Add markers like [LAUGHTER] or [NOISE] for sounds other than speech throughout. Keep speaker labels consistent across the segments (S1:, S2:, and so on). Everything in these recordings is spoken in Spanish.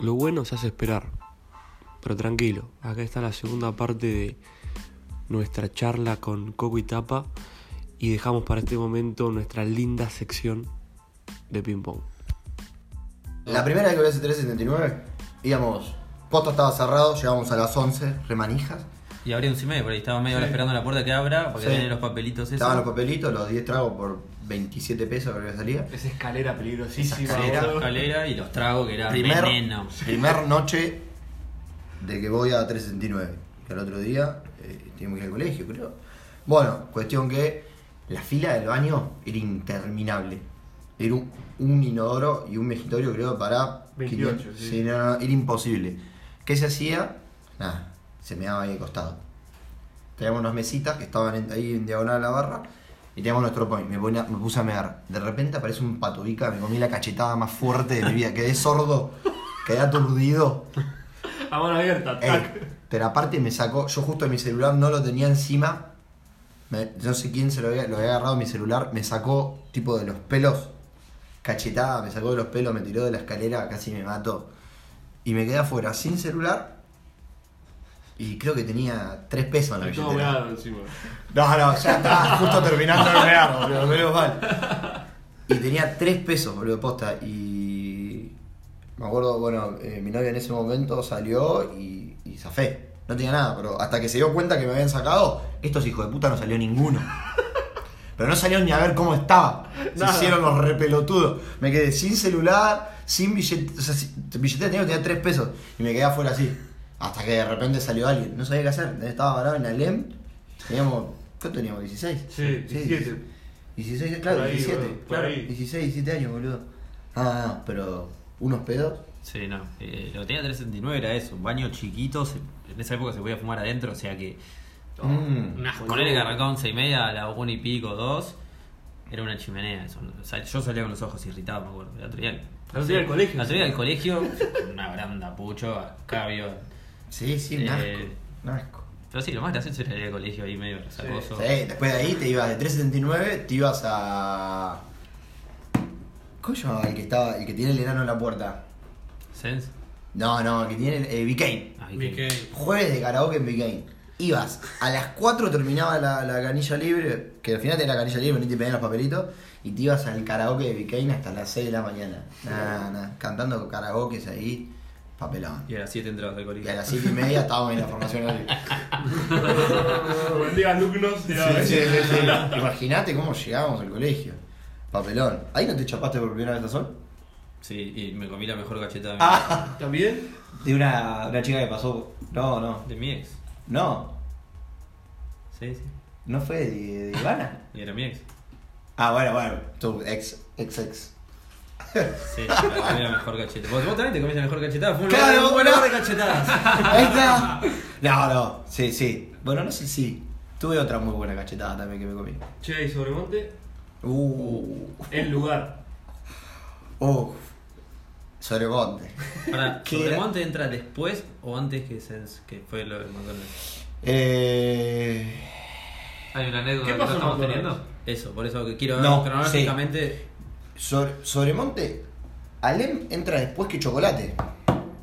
S1: Lo bueno se hace esperar. Pero tranquilo, acá está la segunda parte de nuestra charla con Coco y Tapa y dejamos para este momento nuestra linda sección de ping pong.
S2: La primera vez que volví a 379, íbamos, Posto estaba cerrado, llegamos a las 11, remanijas.
S3: Y abrí un cime, por ahí estaba medio hora esperando la puerta que abra, porque
S2: Sí.
S3: tenía los papelitos esos.
S2: Estaban los papelitos, los 10 tragos por 27 pesos creo que salía.
S4: Esa escalera peligrosísima.
S2: Esa escalera,
S4: boludo.
S3: La escalera y los tragos que era
S2: Primer,
S3: veneno.
S2: primer noche de que voy a 369. Que al otro día eh, teníamos que ir al colegio, creo. Bueno, cuestión que la fila del baño era interminable. Era un, un inodoro y un mejitorio, creo, para.
S4: 28,
S2: 500.
S4: sí.
S2: no, no, era imposible. ¿Qué se hacía? Nada, se me daba ahí de costado. Teníamos unas mesitas que estaban en- ahí en diagonal a la barra y teníamos nuestro point. Me, ponía- me puse a mear. De repente aparece un patubica, me comí la cachetada más fuerte de mi vida. Quedé sordo, quedé aturdido.
S4: A mano abierta,
S2: Ey,
S4: tac.
S2: pero aparte me sacó, yo justo mi celular no lo tenía encima. Me- no sé quién se lo había, lo había agarrado mi celular. Me sacó tipo de los pelos, cachetada, me sacó de los pelos, me tiró de la escalera, casi me mató. Y me quedé afuera sin celular. Y creo que tenía 3 pesos en la
S4: Y todo
S2: billetera.
S4: meado encima.
S2: No, no, ya estaba justo terminando de mear, boludo, menos mal. Y tenía 3 pesos, boludo, posta. Y. Me acuerdo, bueno, eh, mi novia en ese momento salió y, y zafé. No tenía nada, pero hasta que se dio cuenta que me habían sacado, estos hijos de puta no salió
S4: [LAUGHS]
S2: ninguno. Pero no salieron ni a ver cómo estaba. Se
S4: Nada.
S2: hicieron los repelotudos. Me quedé sin celular, sin billete. O sea, si- billetera tenía, tenía 3 pesos. Y me quedé afuera así. Hasta que de repente salió alguien. No sabía qué hacer. Estaba varado en Alem. Teníamos. ¿Cuánto teníamos? ¿16?
S4: Sí, 17.
S2: 16, claro,
S4: Por ahí,
S2: 17.
S4: boludo, por
S2: claro,
S4: ahí.
S2: 16, 17 años, boludo. Ah, no, pero. Unos pedos.
S3: Sí, no. Eh, lo que tenía 369 era eso, un baño chiquito. se- en esa época se podía fumar adentro, o sea que.
S2: Mm.
S3: Unas ponele que arrancaba once y media, a la una y pico, dos. Era una chimenea eso. O sea, yo salía con los ojos irritados, me acuerdo. El otro día.
S4: El otro día al colegio.
S3: El otro día al colegio, [LAUGHS] una branda pucho, a cabio.
S2: Sí, sí, un asco.
S3: Eh,
S2: Un asco.
S3: Pero sí, lo más gracioso era ir al colegio ahí medio resacoso.
S2: Sí, después de ahí te ibas de 379, te ibas a. ¿Cómo se llamaba el que estaba, el que tiene el enano en la puerta?
S3: ¿Sens?
S2: No, no, el que tiene el eh, Bicane.
S3: Ah,
S5: Mi
S3: ¿viste?
S5: que-
S2: Jueves de karaoke en Bicane. Ibas, a las 4 terminaba la, la canilla libre, que al final tenía la canilla libre, venís y te pedían los papelitos, y te ibas al karaoke de Bicane hasta las 6 de la mañana. Nada, nada, cantando karaokes ahí, papelón.
S3: Y a las 7 entrabas al
S2: Y
S3: colegio.
S2: a las 7 y media estábamos en la formación [LAUGHS] libre.
S4: Ah, Buen día, alumnos.
S2: Sí, sí, sí, sí. Imagínate cómo llegábamos al colegio. Papelón. ¿Ahí no te chapaste por primera vez a sol?
S3: Sí, y me comí la mejor galleta de mi,
S4: Ah. ¿También?
S2: De una, una chica que pasó. No, no.
S3: de mi ex.
S2: No.
S3: Sí, sí.
S2: ¿No fue de, de Ivana?
S3: Y era mi ex.
S2: Ah, bueno, bueno. Tu ex, ex, ex.
S3: Sí, me comí la mejor galleta. ¿Vos, vos también te comiste la mejor cachetada. Fue un
S2: Claro,
S3: lugar- un
S2: bueno.
S3: lugar de cachetadas.
S2: Ahí está. No, no. Sí, sí. Bueno, no sé si. Tuve otra muy buena cachetada también que me comí.
S4: Che, y Sobremonte,
S2: Uh.
S4: el lugar.
S2: Uf. Sobremonte.
S3: Pará,
S2: ¿Qué
S3: ¿Sobremonte entra después o antes que Sens, que fue lo del McDonald's?
S2: Eh.
S6: Hay una anécdota
S4: ¿Qué
S6: que no
S4: pasó en
S6: estamos
S4: McDonald's?
S6: teniendo.
S3: Eso, por eso que quiero ver
S2: No,
S3: cronológicamente.
S2: Sobre, Sobremonte, Alem entra después que Chocolate.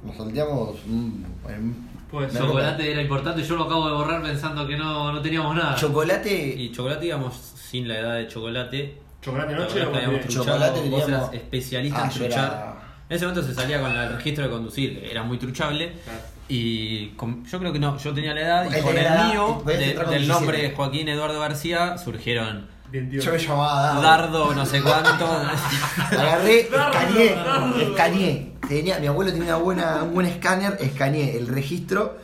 S2: Nos salteamos un, en-
S3: Pues
S4: Puede
S2: Me
S4: ser.
S6: Pues, Chocolate era importante, yo lo acabo de borrar pensando que no, no teníamos nada.
S2: Chocolate,
S3: Y chocolate íbamos sin la edad de chocolate.
S4: Chocolate
S3: La
S4: noche
S3: verdad
S4: o
S3: que habíamos
S4: mantequilla?
S3: truchado,
S2: Chocolate
S3: vos
S2: teníamos-
S3: eras especialista
S2: Ah,
S3: en
S2: yo
S3: truchar.
S2: era-
S3: En ese momento se salía con el registro de conducir, era muy truchable.
S4: Claro.
S3: Y con- yo creo que no, yo tenía la edad y
S2: Él
S3: con
S2: tenía
S3: el
S2: la edad,
S3: mío,
S2: y podías
S3: de-
S2: entrar con
S3: del
S2: 17.
S3: nombre de Joaquín Eduardo García, surgieron
S4: 28.
S2: yo me llamaba Dardo.
S3: Dardo, no sé
S2: [LAUGHS]
S3: cuánto.
S2: Agarré, escaneé, escaneé. Tenía, mi abuelo tenía una buena, un buen escáner, escaneé el registro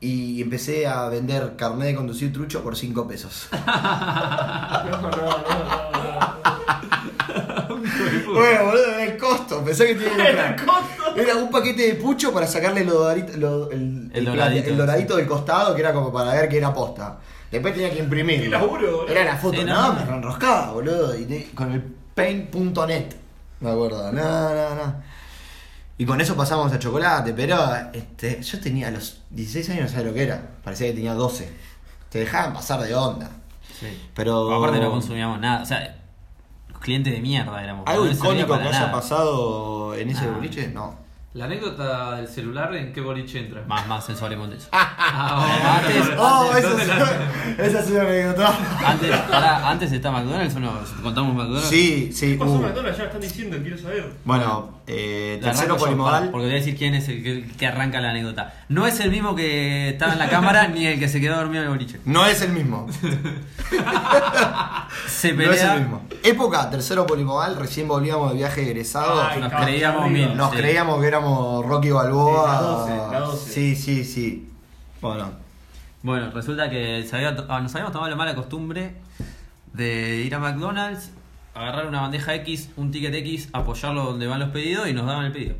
S2: y empecé a vender carnet de conducir trucho por 5 pesos.
S4: [LAUGHS] No, no, no, no,
S2: Bueno, boludo, era el costo. Pensé que tenía que
S4: [LAUGHS] Era
S2: comprar.
S4: el costo.
S2: Era un paquete de pucho para sacarle lo dorito- lo- el,
S3: El
S2: el pla-
S3: doradito.
S2: el doradito del costado, que era como para ver que era posta. Después tenía que imprimirlo.
S4: Qué laburo, boludo.
S2: Era la foto.
S3: Sí,
S2: no,
S3: no,
S2: me reenroscaba, boludo. Y te- con el paint.net. Me acuerdo. No, no, no. Y con eso pasamos a chocolate, pero este, yo tenía a los 16 años, no sabía lo que era. Parecía que tenía 12. Te dejaban pasar de onda.
S3: Sí.
S2: Pero.
S3: Aparte no consumíamos nada, o sea, los clientes de mierda éramos.
S2: ¿Algo
S3: no servía
S2: icónico que
S3: para
S2: haya
S3: nada.
S2: pasado en ese
S3: Nah.
S2: boliche? No.
S6: La anécdota del celular, ¿en qué boliche entra?
S3: Más, más en Sobremonte.
S2: [LAUGHS]
S6: Ah, bueno,
S3: Antes-
S2: ¡Oh! Esa
S6: ¿dónde
S2: es,
S6: la-
S4: [LAUGHS]
S2: esa es una anécdota.
S3: Antes, pará, antes está McDonald's o no? ¿Contamos McDonald's?
S2: Sí, sí.
S4: ¿Qué pasó
S2: uh.
S4: en McDonald's? Ya están diciendo, quiero saber.
S2: Bueno, eh,
S3: La
S2: tercero
S3: arranco yo,
S2: polimodal.
S3: Porque voy a decir quién es el que, el que arranca la anécdota. No es el mismo que estaba en la cámara [LAUGHS] ni el que se quedó dormido en el boliche.
S2: No es el mismo.
S3: [LAUGHS] Se pelea.
S2: No es el mismo. Época, tercero polimodal, recién volvíamos de viaje egresado.
S4: Ay,
S3: Nos
S4: cabrón,
S3: creíamos
S4: arriba.
S3: mil.
S2: Nos
S3: sí.
S2: creíamos que éramos Rocky Balboa.
S4: Sí, la 12, la 12.
S2: Sí, sí, sí. Bueno.
S3: Bueno, resulta que se había to- ah, nos habíamos tomado la mala costumbre de ir a McDonald's, agarrar una bandeja X, un ticket X, apoyarlo donde van los pedidos y nos daban el pedido.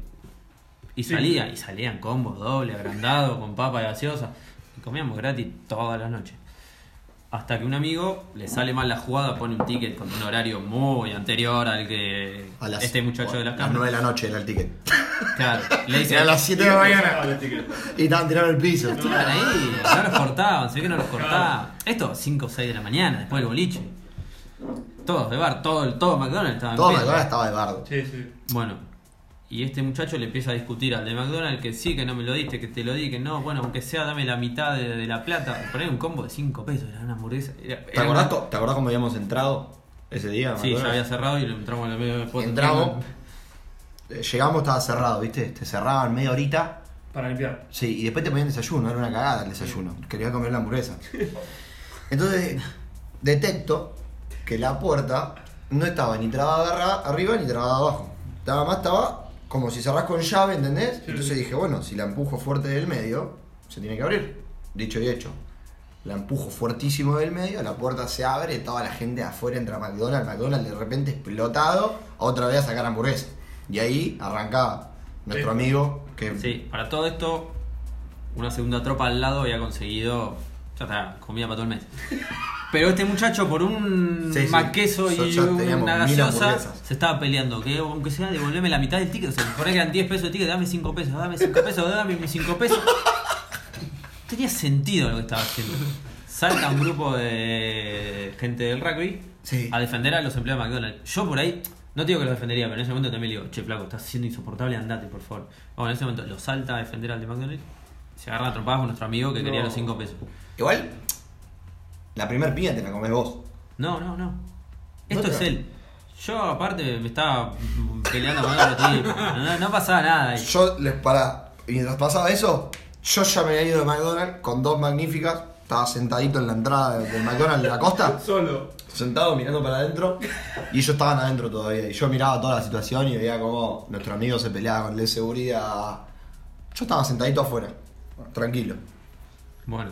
S3: Y
S4: Sí.
S3: salía, y salían combos doble, agrandado, con papa y gaseosa. Y comíamos gratis todas las noches. Hasta que un amigo le sale mal la jugada, pone un ticket con un horario muy anterior al que
S2: A las,
S3: este muchacho de la
S2: A las 9
S3: cámara.
S2: de la noche era el ticket.
S3: Claro, le dice.
S2: Era [LAUGHS] a las 7 de la mañana.
S4: Dale, tigre.
S2: Y estaban tirando el piso.
S3: Estaban ahí, no los cortaban, se ve que no los cortaban. Esto, 5 o 6 de la mañana, después del boliche. Todos de bar, todo, el- todo McDonald's estaba en
S2: Todo
S3: pedo.
S2: McDonald's estaba de bardo.
S4: Sí, sí.
S3: Bueno, y este muchacho le empieza a discutir al de McDonald's que sí, que no me lo diste, que te lo di, que no, bueno, aunque sea, dame la mitad de, de la plata. Poner un combo de 5 pesos, era una hamburguesa. era-
S2: ¿Te
S3: era
S2: acordás,
S3: una-
S2: co- ¿Te acordás cómo habíamos entrado ese día?
S3: Sí, ya había
S2: McDonald's?
S3: cerrado y lo entramos en el medio de foto.
S2: Entramos. eh, Llegamos, estaba cerrado, ¿viste? Te cerraban media horita.
S4: Para limpiar.
S2: Sí, y después te ponían desayuno, era una cagada el desayuno. Quería comer la
S4: [LAUGHS]
S2: hamburguesa. Entonces, detecto que la puerta no estaba ni trabada garra- arriba ni trabada abajo. Estaba más, estaba como si cerrás con llave, ¿entendés?
S4: Sí.
S2: Entonces dije, bueno, si la empujo fuerte del medio, se tiene que abrir. Dicho y hecho. La empujo fuertísimo del medio, la puerta se abre, toda la gente afuera entra a McDonald's, McDonald's de repente explotado, otra vez a sacar hamburguesa. Y ahí arrancaba nuestro
S4: Sí.
S2: amigo que
S3: Sí, para todo esto, una segunda tropa al lado había conseguido. Ya está, comida para todo el
S2: [LAUGHS]
S3: mes. Pero este muchacho, por un
S2: Sí, sí.
S3: maqueso
S2: Ya-
S3: y
S2: ya teníamos
S3: una
S2: mil
S3: gaseosa,
S2: hamburguesas.
S3: se estaba peleando. Que aunque sea, devolveme la mitad del ticket. O sea, por ahí eran 10 pesos de ticket, dame 5 pesos, dame 5 pesos, dame mis 5 pesos. No tenía sentido lo que estaba haciendo. Salta un grupo de gente del rugby
S2: Sí.
S3: a defender a los empleados de McDonald's. Yo por ahí, no te digo que los defendería, pero en ese momento también le digo, che, flaco, estás siendo insoportable, andate, por favor. Bueno, en ese momento lo salta a defender al de McDonald's, se agarra a trompadas con nuestro amigo que
S4: No.
S3: quería los 5 pesos.
S2: Igual, la primer piña te la comés vos.
S3: No, no, no. Esto
S2: No
S3: es
S2: te-
S3: él. Yo aparte me estaba peleando con otro tipo. No, no pasaba nada. ahí.
S2: Yo les pará. Y mientras pasaba eso, yo ya me había ido de McDonald's con dos magníficas. Estaba sentadito en la entrada del McDonald's de la costa,
S4: Solo.
S2: sentado mirando para adentro. Y ellos estaban adentro todavía. Y yo miraba toda la situación y veía cómo nuestro amigo se peleaba con el de seguridad. Yo estaba sentadito afuera, tranquilo.
S3: Bueno.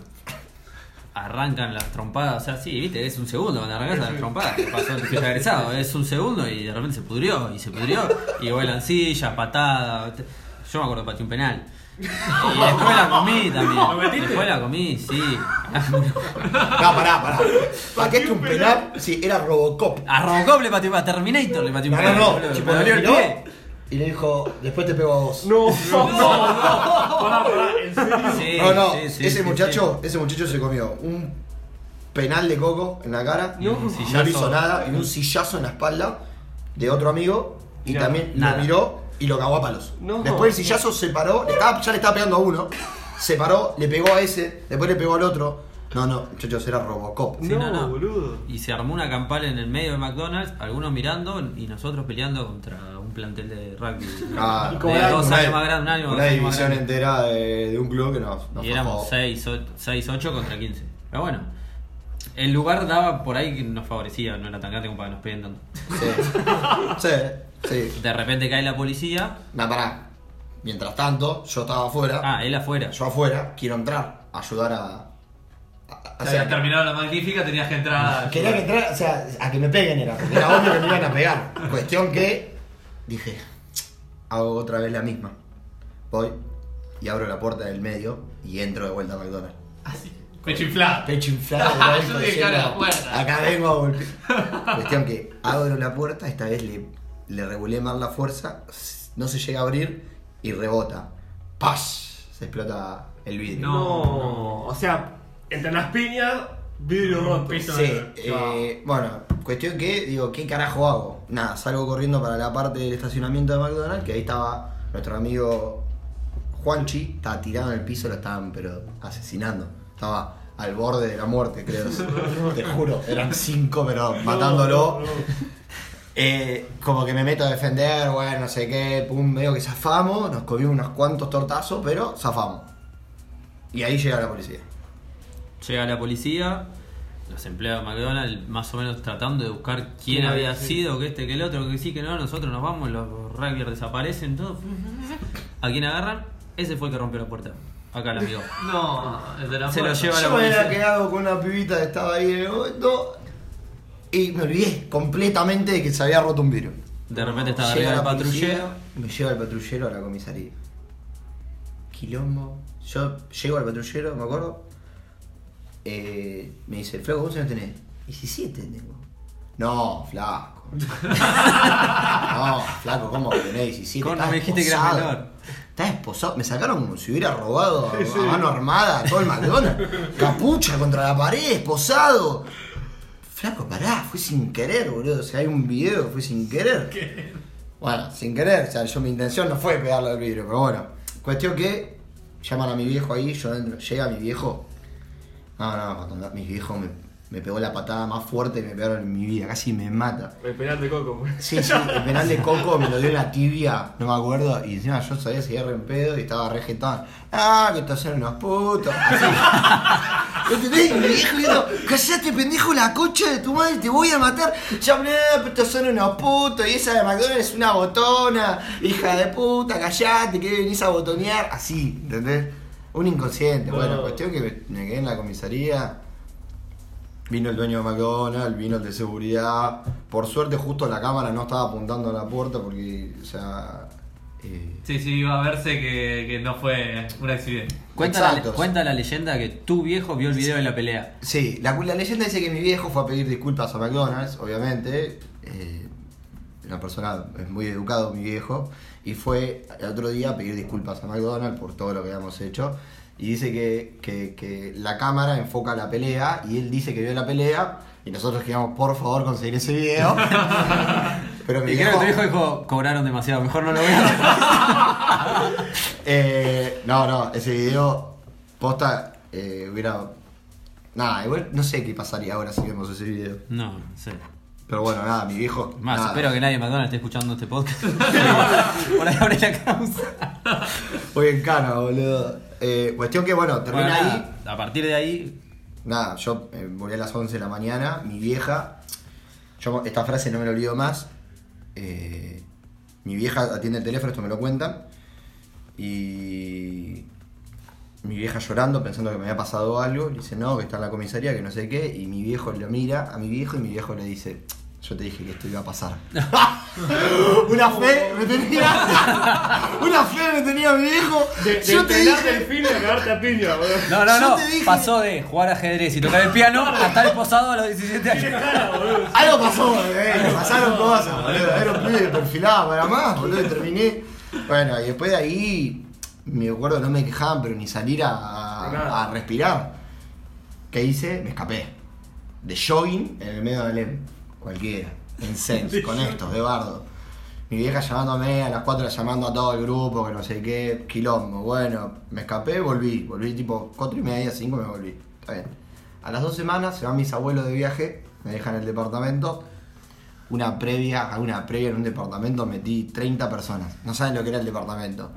S3: Arrancan las trompadas, o sea, sí, viste, es un segundo cuando arrancas las trompadas, que pasó el piso egresado, es un segundo y de repente se pudrió, y se pudrió, y vuelan sillas, patadas, yo me acuerdo pateé un penal. Y después la comí
S4: ¿Lo
S3: también,
S4: metiste?
S3: después la comí, sí.
S2: No, pará, pará. Pateaste un penal, sí, era Robocop.
S3: A Robocop le pateé, a Terminator le pateé un
S2: No,
S3: penal.
S2: no,
S3: boludo,
S2: no.
S3: me dolió el
S2: miró
S3: pie.
S2: Y le dijo, después te pego a vos.
S4: No, no, no. Pará, pará, en serio.
S3: Sí,
S2: No, no,
S3: sí, sí,
S2: ese
S3: sí,
S2: muchacho, ese muchacho se comió un penal de coco en la cara,
S3: No.
S2: no,
S3: Un sillazo.
S2: le hizo nada, y un sillazo en la espalda de otro amigo, y
S4: Ya,
S2: también
S3: nada.
S2: lo miró y lo cagó a palos.
S4: No.
S2: Después el sillazo se paró, le estaba- ya le estaba pegando a uno, se paró, le pegó a ese, después le pegó al otro. No, no, muchachos, era Robocop.
S3: Sí, no,
S4: No,
S3: no.
S4: boludo.
S3: Y se armó una campal en el medio de McDonald's, algunos mirando y nosotros peleando contra un plantel de rugby.
S2: Ah,
S3: De
S4: como era-
S3: dos
S2: una-
S3: años más grande, un año
S2: una
S3: dos años más
S2: división
S3: grande.
S2: entera de, de un club que nos, nos
S3: Y éramos
S2: fajó.
S3: 6, 8 contra 15. Pero bueno, el lugar daba por ahí que nos favorecía, no era tan grande como para que nos peguen tanto.
S2: Sí, sí, sí.
S3: De repente cae la policía.
S2: Nah, pará. Mientras tanto, yo estaba afuera.
S3: Ah, él afuera.
S2: yo afuera, quiero entrar, ayudar a. a- a- o
S6: Se
S2: sea,
S6: había terminado la magnífica, tenías que entrar. a-
S2: quería que entrar, o sea, a que me peguen era, porque era obvio que me iban a pegar. Cuestión que dije, hago otra vez la misma. Voy y abro la puerta del medio y entro de vuelta a McDonald's.
S6: Así, pecho inflado.
S2: Pecho inflado, otra vez
S6: Yo
S2: con
S6: dije que abra
S2: llena.
S6: la puerta.
S2: Acá vengo a golpear. Cuestión que abro la puerta, esta vez le, le regulé mal la fuerza, no se llega a abrir y rebota. ¡Pash! Se explota el vidrio.
S6: No,
S4: No, o sea, entre las piñas, vidrio roto.
S2: Sí, eh, bueno, cuestión que, digo, ¿qué carajo hago? Nada, salgo corriendo para la parte del estacionamiento de McDonald's, que ahí estaba nuestro amigo Juanchi estaba tirado en el piso, lo estaban pero asesinando. Estaba al borde de la muerte, creo. Te juro, eran cinco, pero matándolo. Eh, como que me meto a defender, bueno, no sé qué, pum, medio que zafamos, nos comimos unos cuantos tortazos, pero zafamos. Y ahí llega la policía.
S3: Llega la policía, los empleados de McDonald's más o menos tratando de buscar quién había sido, que este, que el otro, que sí, que no, nosotros nos vamos, los rugbyers desaparecen, todo.
S2: [LAUGHS]
S3: ¿A quién agarran? Ese fue el que rompió la puerta. Acá
S2: [LAUGHS]
S3: el amigo.
S6: No, el de la
S3: Se lo
S6: puerta.
S3: lleva la
S2: Yo me había
S3: policía.
S2: quedado con una pibita que estaba ahí en el momento y me olvidé completamente de que se había roto un vidrio.
S3: De repente estaba
S2: Llega
S3: arriba el
S2: la policía,
S3: patrullero.
S2: Me lleva el patrullero a la comisaría. Quilombo. Yo llego al patrullero, me acuerdo. eh, me dice, Flaco, ¿cuántos años tenés? 17 tengo. No,
S3: [LAUGHS]
S2: flaco. no, flaco, ¿cómo que tenés 17?
S3: Corno,
S2: Estás
S3: me dijiste que eras
S2: esposado.
S3: menor.
S2: Estás esposado. Me sacaron como si hubiera
S3: [LAUGHS]
S2: robado a, a mano armada todo el McDonald's. Capucha contra la pared, esposado. Flaco, pará, fue sin querer, boludo. O sea, hay un video, fue sin querer. Bueno, sin querer, o sea, yo mi intención no fue pegarle al vidrio, pero bueno. Cuestión que llaman a mi viejo ahí, yo entro, llega mi viejo. No, no, patón, mi viejo me, me pegó la patada más fuerte que me pegaron en mi vida, casi me mata.
S4: Me pegaste coco. pues.
S2: Sí, sí, el penal de Coco me lo dio en la tibia, no me acuerdo, y encima yo sabía seguir en pedo y estaba rejetado. Ah, que te hacen unos putos. [LAUGHS] Así. ¿Entendés? Y Mi viejo diciendo, callate pendejo la cocha de tu madre, te voy a matar. Ya hablé, pero te hacen unos putos, y esa de McDonald's es una botona, hija de puta, callate, que venís a botonear. Así, ¿entendés? Un inconsciente. Bueno,
S4: No.
S2: cuestión que me- me quedé en la comisaría. Vino el dueño de McDonald's, vino el de seguridad. Por suerte, justo la cámara no estaba apuntando a la puerta porque, o sea. eh,
S6: Sí, sí, iba a verse que, que no fue un accidente.
S3: Cuenta la,
S2: exactos.
S3: cuenta la leyenda que tu viejo vio el video de la pelea.
S2: Sí, la, la leyenda dice que mi viejo fue a pedir disculpas a McDonald's, obviamente. eh, una persona es muy educado, mi viejo. Y fue el otro día a pedir disculpas a McDonald's por todo lo que habíamos hecho. Y dice que, que- que la cámara enfoca la pelea y él dice que vio la pelea. Y nosotros queríamos, por favor, conseguir ese
S3: [LAUGHS]
S2: video. Pero mi
S3: Y creo que tu viejo dijo, cobraron demasiado, mejor no
S2: [LAUGHS]
S3: lo veo.
S2: Eh, no, no, ese video posta eh, hubiera. Nada, igual no sé qué pasaría ahora si vemos ese video.
S3: No, no sé.
S2: Pero bueno, nada, mi viejo.
S3: Más,
S2: nada.
S3: espero que nadie de McDonald's esté escuchando
S2: [LAUGHS]
S3: este podcast. Por ahí abre la causa.
S2: Voy en cana, boludo. Eh, cuestión que, bueno, termina
S3: Bueno,
S2: ahí.
S3: nada, a partir de ahí,
S2: Nada, yo eh, volví a las 11 de la mañana, mi vieja, yo esta frase no me la olvido más, eh, mi vieja atiende el teléfono, esto me lo cuentan, y mi vieja llorando, pensando que me había pasado algo, le dice, no, que está en la comisaría, que no sé qué, y mi viejo lo mira a mi viejo y mi viejo le dice, yo te dije que esto iba a
S4: [LAUGHS]
S2: pasar. una fe me tenía, una fe me tenía mi viejo,
S4: De, de
S2: yo te
S4: pelar
S2: dije...
S4: delfines y cagarte a piña, boludo.
S3: No, no,
S2: Yo
S3: no.
S2: te dije-
S3: Pasó de jugar ajedrez y tocar el piano a estar esposado a los 17
S6: [LAUGHS]
S3: años.
S4: Cara, boludo.
S2: Algo pasó, boludo. Pasaron cosas, boludo. Era un pibe que perfilaba para más, boludo. Y terminé. Bueno, y después de ahí, me acuerdo, no me quejaban, pero ni salir a, a respirar. ¿Qué hice? Me escapé. De jogging en el medio de Alem. Cualquiera. En sense, con estos, de bardo. Mi vieja llamándome, a las 4 llamando a todo el grupo, que no sé qué, quilombo. Bueno, me escapé, volví. Volví tipo 4 y media, 5 me volví. Está bien. A las dos semanas se van mis abuelos de viaje, me dejan el departamento. Una previa, a una previa en un departamento metí 30 personas. No saben lo que era el departamento.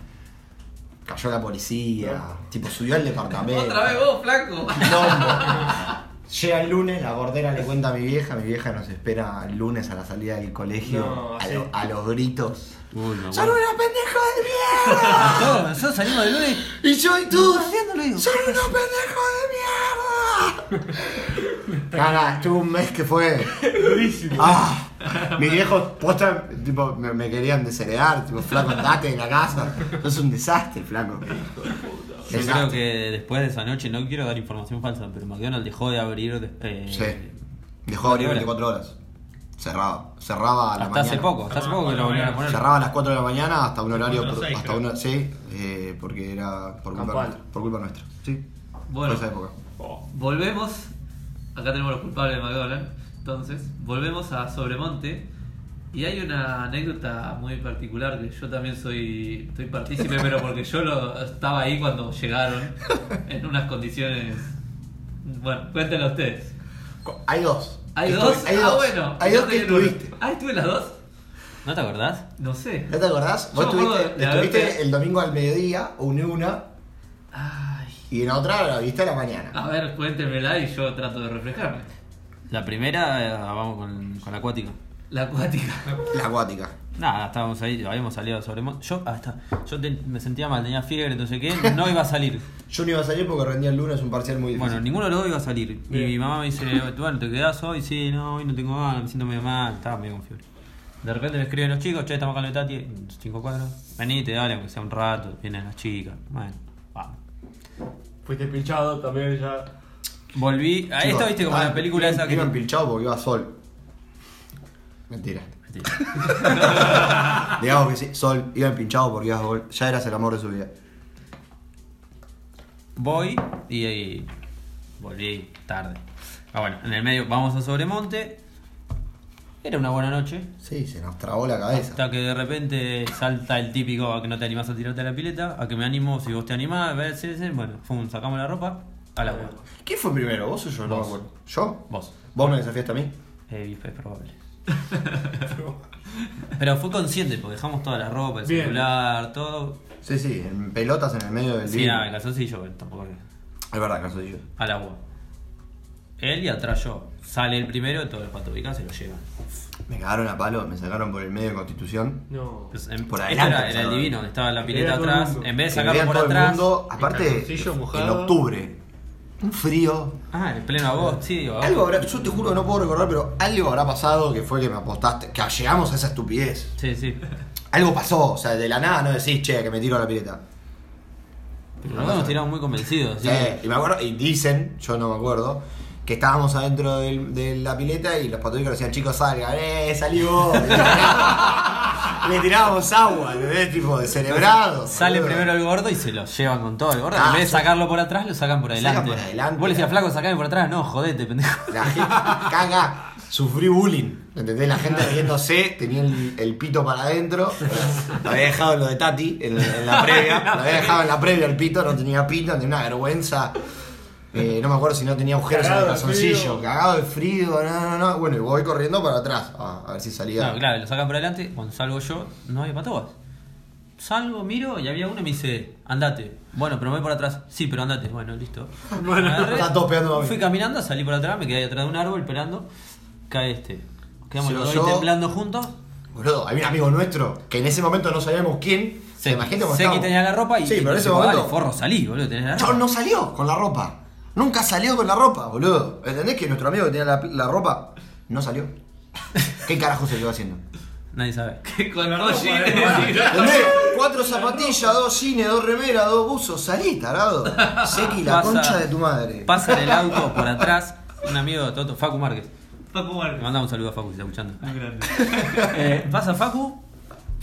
S2: Cayó la policía, tipo subió al departamento.
S6: [LAUGHS] Otra vez vos, flaco.
S2: Quilombo. Llega el lunes, la bordera le cuenta a mi vieja, mi vieja nos espera el lunes a la salida del colegio,
S4: No,
S2: a,
S4: sí.
S2: lo- a los gritos.
S3: Uy, no,
S2: ¡Son
S3: bueno.
S2: unos pendejos de mierda!
S3: Todos, nosotros salimos del lunes.
S2: Y yo y tú,
S3: haciéndolo, digo.
S2: ¡Son unos pendejos de mierda! Cara, estuvo un mes que fue.
S4: Durísimo.
S2: Ah, mi viejo posta, tipo, me, me querían desheredar, tipo, flaco, andate de la casa. Es un desastre, flaco.
S3: Yo creo
S2: Desastre.
S3: que después de esa noche, no quiero dar información falsa, pero McDonald's dejó de abrir. eh,
S2: Sí. Dejó abrir 24 horas. Cerraba. Cerraba a la
S3: Hasta
S2: mañana.
S3: hace poco, hasta hace poco que lo volvieron a poner.
S2: Cerraba a las 4 de la mañana hasta un horario.
S5: Hasta
S2: por-
S5: seis,
S2: hasta
S5: creo.
S2: una, sí, eh, porque era por culpa,
S4: Campal.
S2: nuestra, por culpa nuestra. Sí.
S6: Bueno.
S2: Fue esa época.
S4: Oh.
S6: Volvemos. Acá tenemos los culpables de McDonald's. Entonces, volvemos a Sobremonte. Y hay una anécdota muy particular que yo también soy, soy partícipe, pero porque yo lo, estaba ahí cuando llegaron, en unas condiciones... Bueno, cuéntenlo ustedes.
S2: Co- Hay dos.
S6: ¿Hay
S2: Que
S6: dos?
S2: estuve- Hay dos.
S6: Ah, bueno.
S2: Hay
S6: yo
S2: dos que
S6: estoy en una.
S2: estuviste.
S6: Ah, ¿estuve en las dos?
S3: ¿No te acordás?
S6: No sé.
S2: ¿No te acordás?
S6: Yo
S2: Vos
S6: me acuerdo
S2: estuviste,
S6: de haberte-
S2: estuviste el domingo al mediodía, uní una,
S6: Ay,
S2: y en otra la viste a la mañana.
S6: a ver, cuéntemela y yo trato de reflejarme.
S3: La primera, eh, vamos con, con la acuática.
S6: La acuática.
S2: La acuática.
S3: Nada, estábamos ahí, habíamos salido sobre Mon- Yo, ah, está. yo te- me sentía mal, tenía fiebre, no sé qué, no iba a salir.
S2: Yo no iba a salir porque rendía el lunes un parcial muy difícil.
S3: Bueno, ninguno de los dos iba a salir. Y mi mamá me dice, bueno, ¿te quedás hoy? Sí, no, hoy no tengo ganas, me siento medio mal, estaba medio con fiebre. De repente me escriben los chicos, che, estamos acá en la Tati, 5 cuadros. Venite, dale, aunque sea un rato, vienen las chicas. Bueno, vamos.
S4: Fuiste pinchado también ya.
S3: Volví, a
S2: Chicos,
S3: esto viste como
S2: ah,
S3: la película
S2: iba-
S3: esa que...
S2: Iba empilchado porque iba sol. Mentira.
S3: Mentira.
S2: [LAUGHS] Digamos que sí, sol, iba empinchado porque iba sol. Ya eras el amor de su vida.
S3: Voy y, y volví tarde. Ah, bueno, en el medio vamos a Sobremonte. Era una buena noche.
S2: Sí, se nos trabó la cabeza.
S3: Hasta que de repente salta el típico a que no te animás a tirarte a la pileta, a que me animo, si vos te animás, a ver, sí, sí, bueno, fum, sacamos la ropa, al agua.
S2: ¿Quién fue primero, vos o yo? No me
S3: Vos.
S2: acuerdo. ¿Yo?
S3: Vos.
S2: ¿Vos me desafiaste a mí?
S3: Eh, es
S4: [LAUGHS]
S3: probable. Pero fue consciente, porque dejamos toda la ropa, el
S4: Bien.
S3: celular, todo.
S2: Sí, sí, en pelotas en el medio del
S3: Sí, ah,
S2: living.
S3: nada, el calzoncillo, tampoco que-
S2: Es verdad, calzoncillo.
S3: al agua. Él y atrás yo. Sale el primero, todos los patos picados se lo llevan.
S2: Me cagaron a palo, me sacaron por el medio de constitución.
S4: No.
S3: Pues, en-
S2: Por
S3: este
S2: adelante,
S3: era, era el
S2: ¿sabes?
S3: divino, estaba la
S4: Que
S3: pileta
S4: vea todo el
S3: atrás.
S4: mundo.
S3: En vez de
S2: Que
S3: sacarlo
S2: vean
S3: por
S2: todo el
S3: atrás.
S2: mundo, aparte,
S6: calzoncillo
S2: en
S6: mojado.
S2: octubre, un frío.
S3: Ah, en pleno agosto, sí, o-
S2: Algo habrá, yo te juro que no puedo recordar, pero algo habrá pasado que fue que me apostaste, que llegamos a esa estupidez.
S3: Sí, sí.
S2: Algo pasó, o sea, de la nada no decís, che, que me tiro a la pileta.
S3: Pero nosotros nos tiramos muy convencidos. sí.
S2: Eh, y me acuerdo, y dicen, yo no me acuerdo, que estábamos adentro del- de la pileta y los patólicos decían, chicos, salgan, eh, salí vos. [LAUGHS] Le tirábamos- Le tirábamos agua, ¿entendés? Tipo, de celebrado.
S3: Sale primero el gordo y se lo llevan con todo el gordo.
S2: Ah,
S3: en vez
S2: sí.
S3: de sacarlo por atrás, lo sacan por
S2: Sacan
S3: adelante.
S2: por adelante.
S3: Vos le decías, flaco, sacame por atrás. No, jodete, pendejo.
S2: La gente caga, sufrí bullying. ¿Entendés? La gente riéndose, tenía el, el pito para adentro. Lo había dejado en lo de Tati, en, en
S4: [LAUGHS]
S2: la previa. Lo había dejado en la previa el pito, no tenía pito, tenía una vergüenza. Eh, no me acuerdo si no tenía agujeros en el
S4: Cagado de
S2: calzoncillo.
S4: frío.
S2: Cagado de frío, no, no, no. Bueno, y voy corriendo para atrás. Ah, a ver si salía.
S3: No, claro, lo sacan por adelante. Cuando salgo yo, no había patobas. Salgo, miro y había uno y me dice, andate. Bueno, pero me voy por atrás. Sí, pero andate. Bueno, listo.
S4: Bueno,
S3: Agarré,
S2: están todos pegando a mí.
S3: Fui caminando, salí por atrás, me quedé atrás de un árbol esperando. Cae este. Quedamos
S2: Se
S3: los
S2: lo
S3: dos
S2: llevó.
S3: ahí temblando juntos.
S2: Boludo, había un amigo nuestro que en ese momento no sabíamos quién.
S3: Se,
S2: imagínate cómo
S3: sé que
S2: estábamos.
S3: tenía la ropa y
S2: Sí, pero en ese
S3: tipo,
S2: momento.
S3: Dale, forro, salí, boludo,
S2: [LAUGHS]
S3: tenés la ropa.
S2: Chon no salió con la ropa. Nunca salió con la ropa, boludo. ¿Entendés que nuestro amigo que tenía la, la ropa no salió? ¿Qué carajo se quedó haciendo?
S3: Nadie sabe. [LAUGHS]
S6: Con
S4: La
S6: dos
S4: ropa,
S6: [LAUGHS] jeans.
S4: eh,
S6: y-
S2: ¿Entendés? Cuatro zapatillas, dos jeans, dos remeras, dos buzos. Salí, tarado. Sequi, la
S3: Pasa-
S2: concha de tu madre.
S3: Pasa en el auto por atrás un amigo de Toto, Facu Márquez.
S6: Paco
S3: Le
S6: Marco.
S3: mandamos un saludo a Facu si está escuchando.
S4: [LAUGHS]
S6: Muy grande.
S3: Eh, pasa Facu,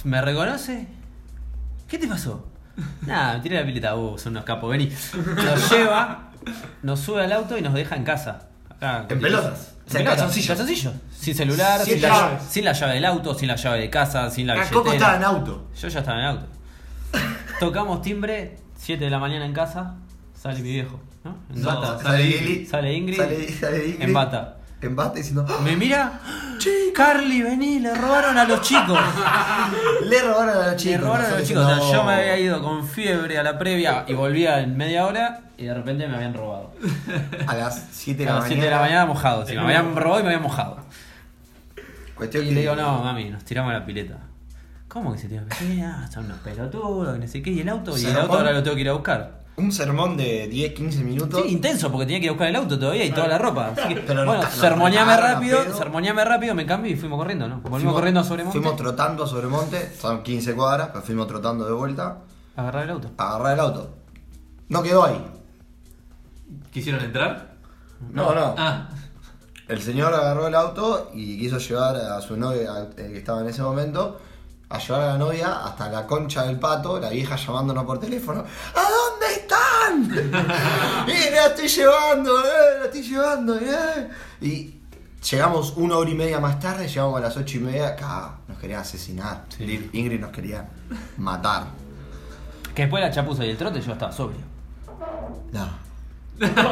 S3: me reconoce. ¿Qué te pasó? Nada, me tiré la pileta, uh, son unos capos, vení. Nos lleva, nos sube al auto y nos deja en casa. Acá,
S2: En pelotas.
S3: En
S2: O sea, en
S3: pelotas,
S2: calzoncillos.
S3: calzoncillos. Sin celular,
S2: Sin
S3: sin, la,
S2: llaves.
S3: sin la llave del auto, sin la llave de casa, sin la
S2: Ah,
S3: billetera.
S2: Coco estaba en auto.
S3: Yo ya estaba en el auto. Tocamos timbre, 7 de la mañana en casa, sale mi viejo, ¿no? En
S6: No,
S3: bata.
S6: sale
S2: Lili.
S3: sale Ingrid.
S2: Sale, sale Ingrid.
S3: En bata.
S2: En bata diciendo. "Ah,
S3: Me mira, Carly, vení, le robaron a los chicos.
S2: [LAUGHS] Le robaron a los chicos.
S3: le robaron a los chicos.
S2: Nosotros
S3: O sea, yo
S2: diciendo,
S3: me había ido con fiebre a la previa y volvía en media hora y de repente me habían robado.
S2: A las 7 de
S3: a
S2: la
S3: las
S2: mañana.
S3: 7 de la mañana mojado. Si
S2: [LAUGHS]
S3: me habían robado y me habían mojado.
S2: Cuestión
S3: Y
S2: que-
S3: le digo, no, mami, nos tiramos a la pileta. ¿Cómo que se tiran a la pileta? Son unos pelotudos, que no sé qué. Y el auto, y el
S2: ¿Zarpón?
S3: auto ahora lo tengo que ir a buscar.
S2: Un sermón de 10, 15 minutos.
S3: Sí, intenso, porque tenía que ir a buscar el auto todavía y toda la ropa. Así que,
S2: [LAUGHS] Pero no
S3: bueno,
S2: está- no,
S3: sermoneame
S2: no, no,
S3: rápido,
S2: pedo.
S3: sermoneame rápido, me cambio y fuimos corriendo, ¿no? Volvimos corriendo a Sobremonte.
S2: Fuimos trotando a Sobremonte, son 15 cuadras, pero fuimos trotando de vuelta
S3: a agarrar el auto.
S2: a agarrar el auto. No quedó ahí.
S6: ¿Quisieron entrar?
S2: No, no.
S6: Ah,
S2: El señor agarró el auto y quiso llevar a su novia, a- eh, que estaba en ese momento, a llevar a la novia hasta la concha del pato, la vieja llamándonos por teléfono. ¿A dónde están? ¡Eh, la estoy llevando! eh, la estoy llevando! eh". Y Llegamos una hora y media más tarde, llegamos a las ocho y media, acá nos quería asesinar.
S3: Sí.
S2: Ingrid nos quería matar.
S3: Que después la chapuza y el trote yo estaba sobrio.
S2: No.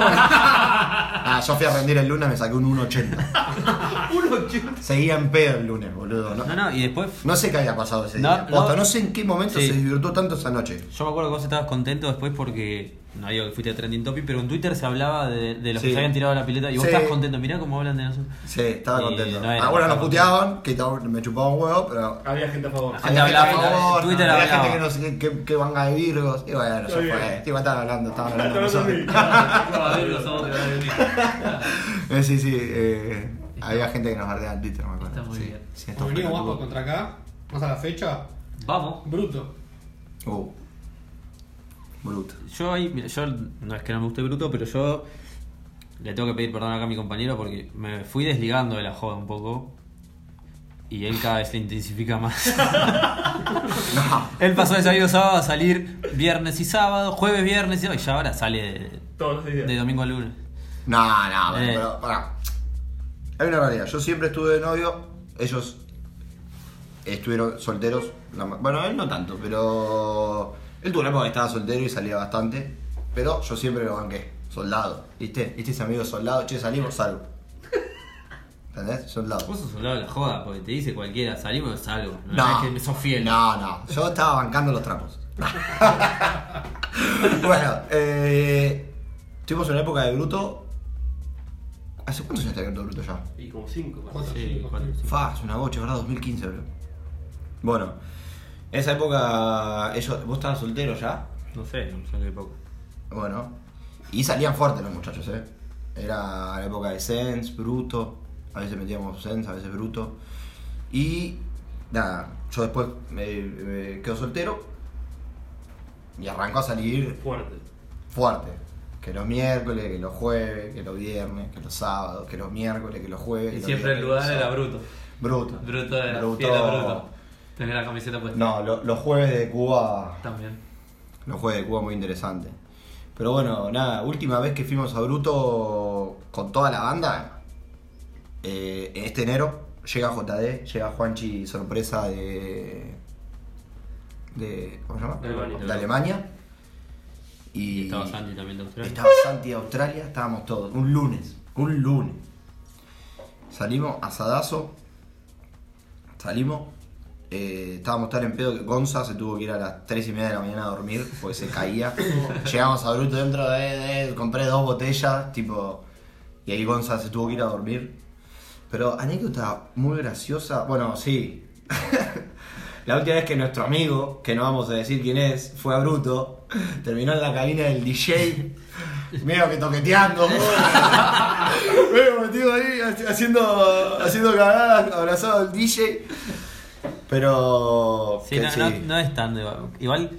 S2: ah, yo fui a rendir el lunes, me saqué un 1.80.
S4: [LAUGHS]
S2: Seguía en pedo el lunes, boludo. No,
S3: No, no, y después.
S2: No sé qué había pasado ese
S3: No,
S2: día. Posta,
S3: no.
S2: no. sé en qué momento
S3: Sí.
S2: se divirtió tanto esa noche.
S3: Yo me acuerdo que vos estabas contento después porque. No digo que fuiste a Trending Topic, pero en Twitter se hablaba de, de los
S2: Sí.
S3: que se habían tirado a la pileta y vos
S2: Sí.
S3: estabas contento. Mirá cómo hablan de nosotros.
S2: Sí, estaba
S3: Y
S2: contento.
S3: no
S2: Algunos
S3: era,
S2: nos
S3: estaba contento.
S2: puteaban, que to- me chupaba un huevo, pero.
S4: Había gente a favor.
S3: Ah, gente hablaba,
S2: a favor,
S3: en Twitter
S2: había
S3: hablaba.
S2: gente que no sé qué, qué- qué manga de virgos. Y bueno, ya
S4: Está bien.
S2: fue. Tipo, estaban hablando, estaban hablando.
S4: Tanto no
S2: nosotros.
S4: dormí.
S6: Va a ver los ojos que va a venir.
S2: Eh, sí, sí. eh, había gente que nos bardeaba en Twitter, me acuerdo.
S6: Está muy
S2: sí,
S6: bien.
S2: Sí, esto
S5: Como venía
S2: fue
S5: Vasco
S2: como-
S5: contra acá, más a la fecha,
S6: Vamos.
S5: bruto.
S2: Uh. Bruto.
S3: Yo ahí, mira, yo no es que no me guste bruto, pero yo le tengo que pedir perdón acá a mi compañero porque me fui desligando de la joda un poco. Y él cada vez le intensifica más. [LAUGHS] él pasó de salir los sábados a salir viernes y sábado, jueves, viernes y sábado, y ya ahora sale
S4: Todos los
S3: de,
S4: días.
S3: de domingo a lunes.
S2: No, no, pero,
S3: Eh.
S2: pero, pará. Hay una realidad. Yo siempre estuve de novio. Ellos estuvieron solteros. la ma- Bueno, él no tanto, pero. Él tuvo una época que estaba soltero y salía bastante. Pero yo siempre lo banqué. Soldado. ¿Viste? ¿Viste ese amigo soldado? Che, salimos, salgo. ¿Entendés? Soldado.
S3: Vos sos soldado de la joda porque te dice cualquiera, salimos, salgo. No,
S2: No.
S3: es que me sos fiel.
S2: No, no. Yo estaba bancando los trapos. [LAUGHS] bueno, eh, tuvimos una época de bruto. ¿Hace cuántos años está abierto bruto ya?
S4: Y como cinco. parece.
S5: Cuatro,
S3: Sí,
S5: cinco,
S3: cuatro,
S5: seis.
S2: Fa, es una bocha, ¿verdad? 2015, bro. Bueno, en esa época, ellos, vos estabas soltero ya.
S3: No sé, no sale poco.
S2: Bueno, y salían fuertes los muchachos, ¿eh? Era la época de Sens, Bruto, a veces metíamos Sens, a veces Bruto. Y nada, yo después me, me quedo soltero y arrancó a salir
S4: Fuerte.
S2: fuerte. Que los miércoles, que los jueves, que los viernes, que los sábados, que los miércoles, que los jueves. que
S6: Y
S2: los
S6: siempre el
S2: viernes,
S6: lugar
S2: que los
S6: era
S2: sábados.
S6: bruto.
S2: Bruto.
S6: Bruto era fiel a bruto. Tenía la camiseta puesta.
S2: No, lo- los jueves de Cuba
S6: También.
S2: Los juegos de Cuba muy interesante. Pero bueno, nada, última vez que fuimos a Bruto con toda la banda, eh, este enero, llega JD, llega Juanchi sorpresa de. de ¿Cómo se llama?
S4: De Alemania.
S2: De Alemania. Y,
S3: Y estaba Santi también de Australia.
S2: estaba Santi de Australia, estábamos todos. Un lunes, un lunes. Salimos a Sadazo, salimos. eh, estábamos tan en pedo que Gonza se tuvo que ir a las 3 y media de la mañana a dormir porque se caía. Llegamos a Bruto dentro de, de- Compré dos botellas, tipo. Y ahí Gonza se tuvo que ir a dormir. Pero anécdota muy graciosa. Bueno, sí. [LAUGHS] la última vez que nuestro amigo, que no vamos a decir quién es, fue a Bruto, terminó en la cabina del DJ, medio que
S4: [LAUGHS]
S2: toqueteando. medio metido ahí, ha- haciendo, haciendo cagadas, abrazado al DJ. Pero.
S3: Sí,
S2: que
S3: no,
S2: sí.
S3: No, no es tan. de- Igual.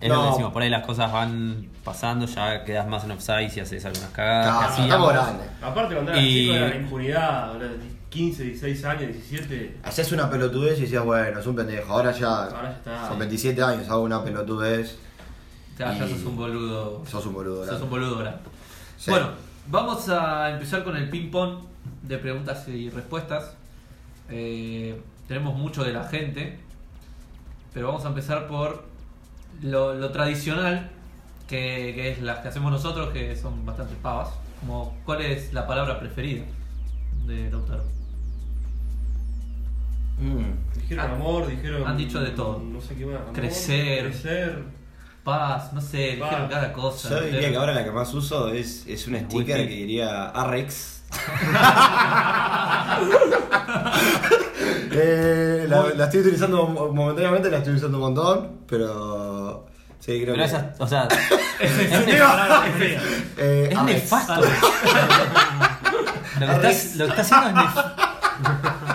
S3: Es lo
S2: No.
S3: que decimos, por ahí las cosas van pasando, ya quedas más en offside si haces algunas cagadas.
S2: Claro,
S3: que hacíamos.
S2: estamos grandes.
S4: Aparte cuando eras
S3: Y-
S4: chico era la impunidad, ahora de 15, 16 años, 17.
S2: Hacías una pelotudez y decías, bueno, es un pendejo. Ahora ya.
S4: Ahora ya está.
S2: Son 27 años, hago una pelotudez.
S6: O sea, ya
S2: Y-
S6: sos un boludo.
S2: Sos un boludo,
S6: Sos un boludo, ¿verdad?
S2: Sí.
S6: Bueno, vamos a empezar con el ping-pong de preguntas y respuestas. Eh, tenemos mucho de la gente, pero vamos a empezar por lo, lo tradicional, que, que es las que hacemos nosotros, que son bastante pavas. Como, ¿Cuál es la palabra preferida de Lautaro?
S2: Mm.
S4: Dijeron
S6: Han-
S4: amor, dijeron...
S6: Ah, han dicho de todo.
S4: No sé qué más. amor,
S6: Crecer.
S4: Crecer.
S6: Paz, no sé,
S4: Paz.
S6: dijeron cada cosa.
S2: Yo diría
S6: dijeron-
S2: que ahora la que más uso es, es un sticker que diría Arrex. [LAUGHS] Eh, la, la estoy utilizando mo- momentáneamente, la estoy usando un montón, pero. Sí, creo que. [LAUGHS]
S3: Pero esas, o sea,
S6: Es una palabra preferida.
S2: Eh,
S3: es
S2: Arrex.
S3: nefasto. lo, que estás, lo que estás haciendo es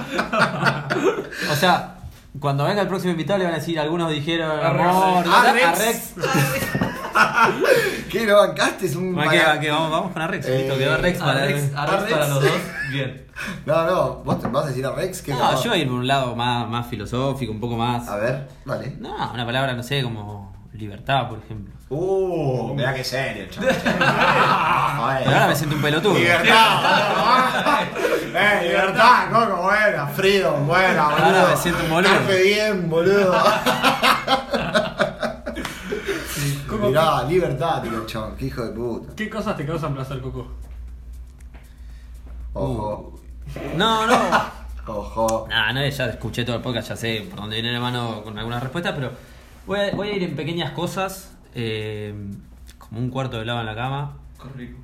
S3: nefasto. o sea, cuando venga el próximo invitado le van a decir, algunos dijeron
S4: Arrex.
S3: amor,
S2: Arrex.
S3: Arrex.
S2: [LAUGHS] ¿Qué? ¿Lo bancaste? Es un.
S3: Va, que va,
S2: para-
S3: que vamos, vamos con Arrex.
S2: Eh,
S3: Listo, quedó Arrex para
S6: Arrex, Arrex Ah, para los dos, bien.
S2: No, no, vos te vas a decir Arrex. ¿Qué
S3: No,
S2: capaz?
S3: yo voy a ir por un lado más, más filosófico, un poco más.
S2: A ver, vale.
S3: No, una palabra, no sé, como Libertad, por ejemplo.
S2: Uh, mirá que serio, [LAUGHS] chaval.
S3: Pero ahora me siento un pelotudo. [LAUGHS]
S2: Libertad, boludo. eh, libertad, Coco, buena, Freedom, buena, boludo.
S3: Ahora me siento un boludo.
S2: Carpe bien, boludo.
S3: [LAUGHS]
S2: Mirá, libertad, tío, chabón, qué hijo de puta.
S4: ¿Qué cosas te causan placer, Coco?
S2: Ojo,
S3: No, no.
S2: ojo.
S3: Nah, no, ya escuché todo el podcast, ya sé por dónde viene la mano con algunas respuestas, pero voy a, voy a ir en pequeñas cosas, eh, como un cuarto de lado en la cama,
S6: Corrico.